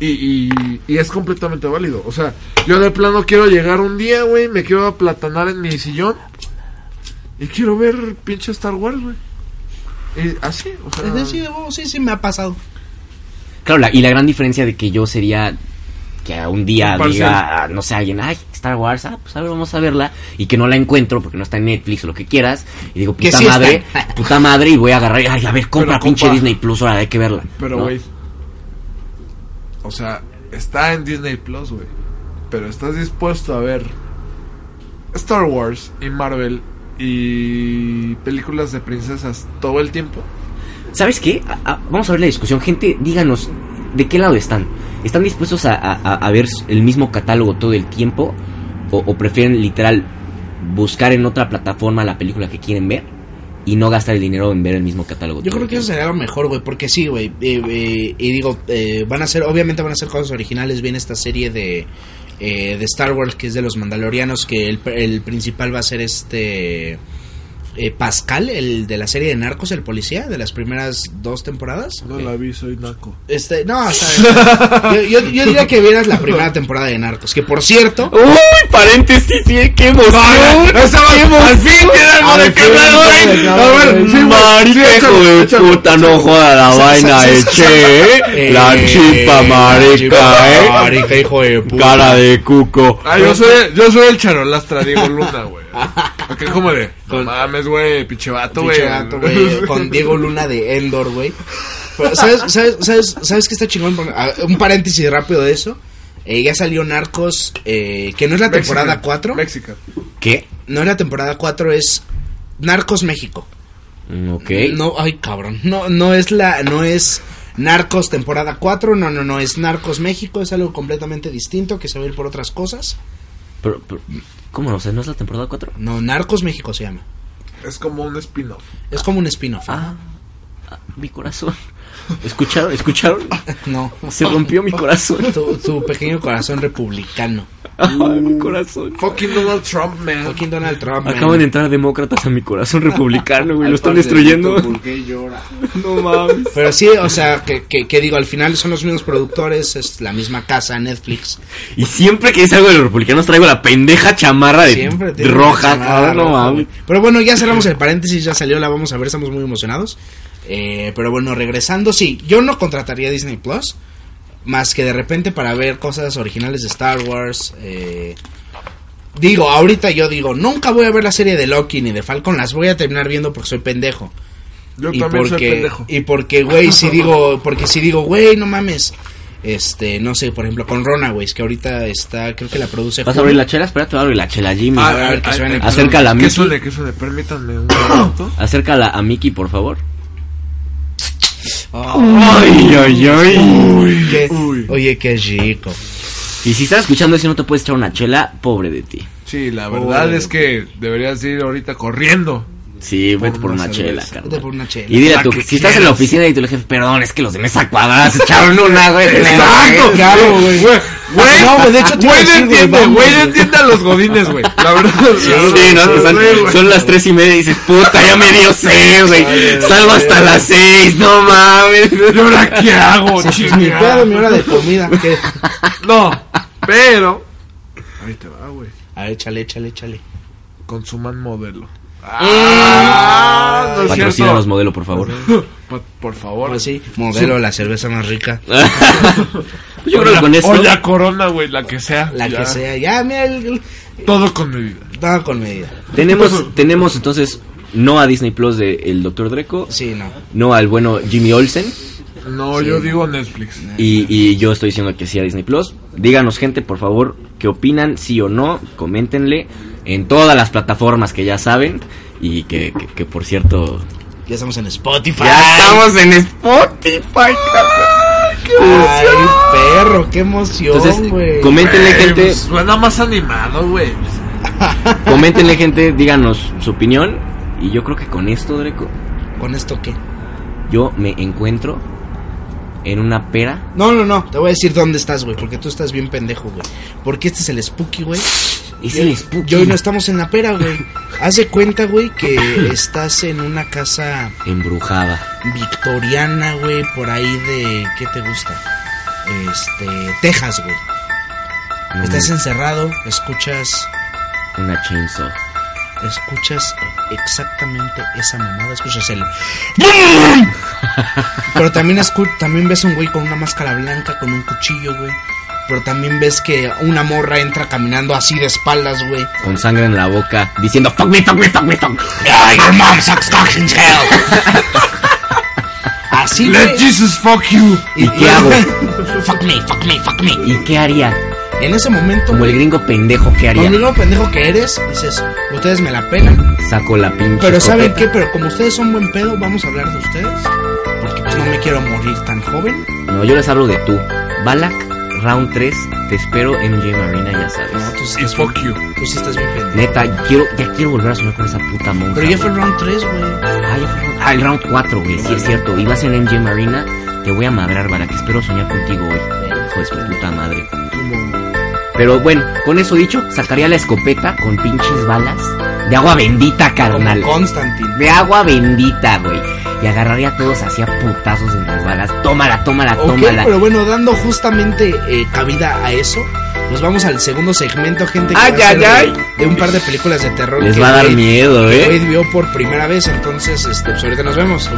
C: Y, y, y es completamente válido. O sea, yo de plano quiero llegar un día, güey. Me quiero aplatanar en mi sillón. Y quiero ver pinche Star Wars, güey. Y así, o sea.
A: Sí, oh, sí, sí, me ha pasado.
B: claro la- y la gran diferencia de que yo sería que a un día
C: Un parcial.
B: diga ah, no sé alguien ay Star Wars ah pues a ver vamos a verla y que no la encuentro porque no está en Netflix o lo que quieras y digo
A: Que
B: puta
A: sí
B: madre
A: está.
B: puta madre y voy a agarrar ay a ver compra
C: Pero,
B: pinche
C: compa.
B: Disney Plus ahora hay que verla
C: Pero,
B: ¿no?
C: güey. O sea, está en Disney Plus, güey. Pero estás dispuesto a ver Star Wars y Marvel y películas de princesas todo el tiempo.
B: ¿Sabes qué? A- a- vamos a ver la discusión. Gente, díganos, ¿de qué lado están? ¿Están dispuestos a, a- a- a ver el mismo catálogo todo el tiempo? ¿O, o prefieren literal buscar en otra plataforma la película que quieren ver y no gastar el dinero en ver el mismo catálogo?
A: Yo
B: todo
A: creo
B: el
A: que eso
B: tiempo?
A: sería lo mejor, güey, porque sí, güey. eh, eh, y digo, eh, van a ser, obviamente van a ser cosas originales. Viene esta serie de, eh, de Star Wars, que es de los Mandalorianos, que el, el principal va a ser este eh, Pascal, el de la serie de Narcos, el policía, de las primeras dos temporadas.
C: No la vi, soy naco.
A: Este, no, o sea, yo, yo- yo diría que vieras la primera temporada de Narcos, que por cierto...
B: ¡Uy! Paréntesis, sí, qué emoción.
C: al fin tiene algo de que hablar, güey. A ver, sí, güey, sí,
B: Maripejo
C: échale,
B: de
C: échale.
B: puta, no joda
A: Sa-
B: la
A: sa-
B: vaina,
A: sa-
B: eh,
A: sa-
B: che, eh.
A: Eh,
B: La chispa,
A: chispa,
B: marica, eh.
A: Marica, hijo de puta.
B: Cara de cuco.
C: Ah, yo soy, yo soy el charolastra, Diego Luna, güey. Acá como de, no mames, güey, pinche vato, güey.
A: Pinche gato, güey, Con Diego Luna de Endor, güey. Pero, ¿Sabes, sabes, sabes, sabes qué está chingón? Ah, Un paréntesis rápido de eso. Eh, ya salió Narcos, eh, que no es la temporada 4.
C: México.
B: ¿Qué?
A: No es la temporada 4, es Narcos México.
B: Mm, Ok.
A: No, ay, cabrón. No, no es la, no es Narcos temporada 4, no, no, no, es Narcos México, es algo completamente distinto que se va a ir por otras cosas.
B: Pero, pero, ¿Cómo no? O sea, ¿no es la temporada 4?
A: No, Narcos México se llama.
C: Es como un spin-off.
A: Es como un spin-off.
B: Ah, ah, mi corazón. ¿Escucharon? ¿Escucharon?
A: No.
B: Se rompió mi corazón.
A: Tu, tu pequeño corazón republicano.
B: Ay, mi corazón.
C: Fucking Donald Trump, man.
A: Fucking Donald Trump. eh, man.
B: Acaban de entrar demócratas a mi corazón republicano, güey. Lo están
D: Ay,
B: destruyendo.
D: padrecito, ¿Por qué llora?
B: No mames.
A: Pero sí, o sea, que, que, que digo, al final son los mismos productores, es la misma casa, Netflix.
B: Y siempre que dice algo de los republicanos traigo la pendeja chamarra de
A: Siempre tiene
B: roja.
A: una
B: cabrón, no
A: roja,
B: mames.
A: güey. Pero bueno, ya cerramos el paréntesis, ya salió, la vamos a ver, estamos muy emocionados. Eh, pero bueno, regresando, sí, yo no contrataría Disney Plus, más que de repente para ver cosas originales de Star Wars. eh, digo, ahorita yo digo, nunca voy a ver la serie de Loki ni de Falcon, las voy a terminar viendo porque soy pendejo.
C: Yo
A: y
C: también soy
A: porque,
C: pendejo.
A: y porque, güey, si digo, porque si digo, güey, no mames. Este, no sé, por ejemplo, con Runaways, que ahorita está, creo que la produce.
B: ¿Vas a
A: Hulu.
B: abrir la chela? Espera, te voy a abrir la chela, Jimmy.
A: Ah, a ver, que suene, que
B: Acerca la
C: Que
B: Mickey.
C: suene, que suene. Permítanme un momento.
B: Acércala a Mickey, por favor.
A: Oh,
B: Ay, ay, ay.
A: qué-
C: uy.
A: Oye, qué rico.
B: Y si estás escuchando eso y no te puedes echar una chela, pobre de ti.
C: Sí, la verdad
A: Uy.
C: es que deberías ir ahorita corriendo.
B: Sí, vete por
C: una
B: una chela,
C: cerveza,
B: carnal.
A: vete por una chela.
B: Y dile
C: La
B: a tu,
C: que
B: si estás en la
C: quieras.
B: oficina y tu jefe, perdón, es que los de mesa cuadrada se echaron una, güey.
C: Exacto,
A: claro, güey.
C: Güey,
A: No, güey, de hecho te iba a
C: güey,
A: decir,
C: no
A: güey,
C: entiende,
A: vamos,
C: güey, no
A: güey.
C: entiende a los godines, güey. La verdad. la verdad,
B: Sí, no, Pues,
C: güey,
B: son,
C: güey.
B: son las tres y media y dices, puta, ya me dio sed, güey. Salgo hasta las seis, no mames.
C: ¿Y ahora qué hago,
A: Pues mi
C: chica?
A: pedo, mi hora de comida. ¿qué?
C: No, pero. Ahí te va, güey.
A: A ver, Ah, échale, échale, échale.
C: Consuman modelo. Ah, no es
B: Patrocínanos
C: cierto.
B: modelo, por favor.
C: Pa- Por favor.
A: Ahora Pues sí, modelo, la cerveza más rica.
B: Yo creo que con esto.
C: O la corona, güey, la que sea.
A: La
C: ya.
A: que sea. Ya, mira, el, el-
C: Todo con medida.
A: todo con medida.
B: Tenemos, tenemos entonces no a Disney Plus de El Doctor Dreco,
A: Sí, no.
B: no al bueno Jimmy Olsen.
C: No, yo digo Netflix.
B: Y, y yo estoy diciendo que sí a Disney Plus. Díganos, gente, por favor, qué opinan, sí o no. Coméntenle en todas las plataformas que ya saben. Y que, que- que, por cierto.
A: Ya estamos en Spotify.
B: ¡Ya Ah, estamos en Spotify!
A: Ay, perro, qué emoción,
B: Entonces,
A: güey.
B: coméntenle,
C: Güey,
B: gente.
C: pues, Suena más animado, güey.
B: Coméntenle, gente. Díganos su opinión. Y yo creo que con esto, Dreco,
A: ¿Con esto qué?
B: yo me encuentro en una pera.
A: No, no, no. Te voy a decir dónde estás, güey. Porque tú estás bien pendejo, güey. Porque este es el spooky, güey.
B: Es
A: Yo-
B: el spooky.
A: Yo no estamos en la pera, güey. Haz de cuenta, güey, que estás en una casa
B: Embrujada.
A: victoriana, güey, por ahí de. ¿Qué te gusta? Este. Texas, güey.
B: No
A: Estás
B: me-
A: encerrado, escuchas.
B: Una chainsaw.
A: Escuchas exactamente esa mamada. Escuchas el. Pero también, escu también ves un güey con una máscara blanca, con un cuchillo, güey. Pero también ves que una morra entra caminando así de espaldas, güey.
B: Con sangre en la boca. Diciendo fuck me, fuck me, fuck me, fuck me".
A: Yeah, your mom sucks cock in hell. Así,
C: Let
A: güey.
C: Jesus fuck you.
B: ¿Y qué hago?
A: Fuck me, fuck me, fuck me.
B: ¿Y qué haría?
A: En ese momento,
B: Como el gringo pendejo que haría.
A: Cuando lo pendejo que eres, dices, ustedes me la pelan.
B: Saco la pinche.
A: Pero ¿saben qué?
B: escopeta.
A: Pero como ustedes son buen pedo, vamos a hablar de ustedes. Porque pues no me quiero morir tan joven.
B: No, yo les hablo de tú. Balak, round 3. Te espero en MJ Marina, ya
A: No,
B: sabes.
A: tú sí
C: Y
A: estás
C: fuck
A: bien,
C: you.
A: tú sí estás bien pendejo.
B: Neta, quiero, ya quiero volver a sonar con esa puta monja.
A: Pero ya fue
B: güey.
A: el round 3, güey.
B: Ah, ya fue el round- ah, el round 4, güey. Sí, es cierto. Y vas en MJ Marina. Te voy a madrar, Balak. Espero soñar contigo hoy. Hijo de su puta madre.
A: Como-
B: Pero bueno, con eso dicho, sacaría la escopeta con pinches balas de agua bendita, carnal. Ah,
A: Como Constantine.
B: De agua bendita, güey. Y agarraría a todos así a putazos en las balas. Tómala, tómala,
A: Ok,
B: tómala.
A: pero bueno, dando justamente eh, cabida a eso, nos vamos al segundo segmento, gente. que
B: Ay,
A: va a
B: ay,
A: ser
B: ay.
A: De, de un par de películas de terror.
B: Les
A: que
B: va a dar
A: Wade-
B: miedo,
A: que
B: ¿eh?
A: Wade vio por primera vez, entonces, este, pues ahorita nos vemos.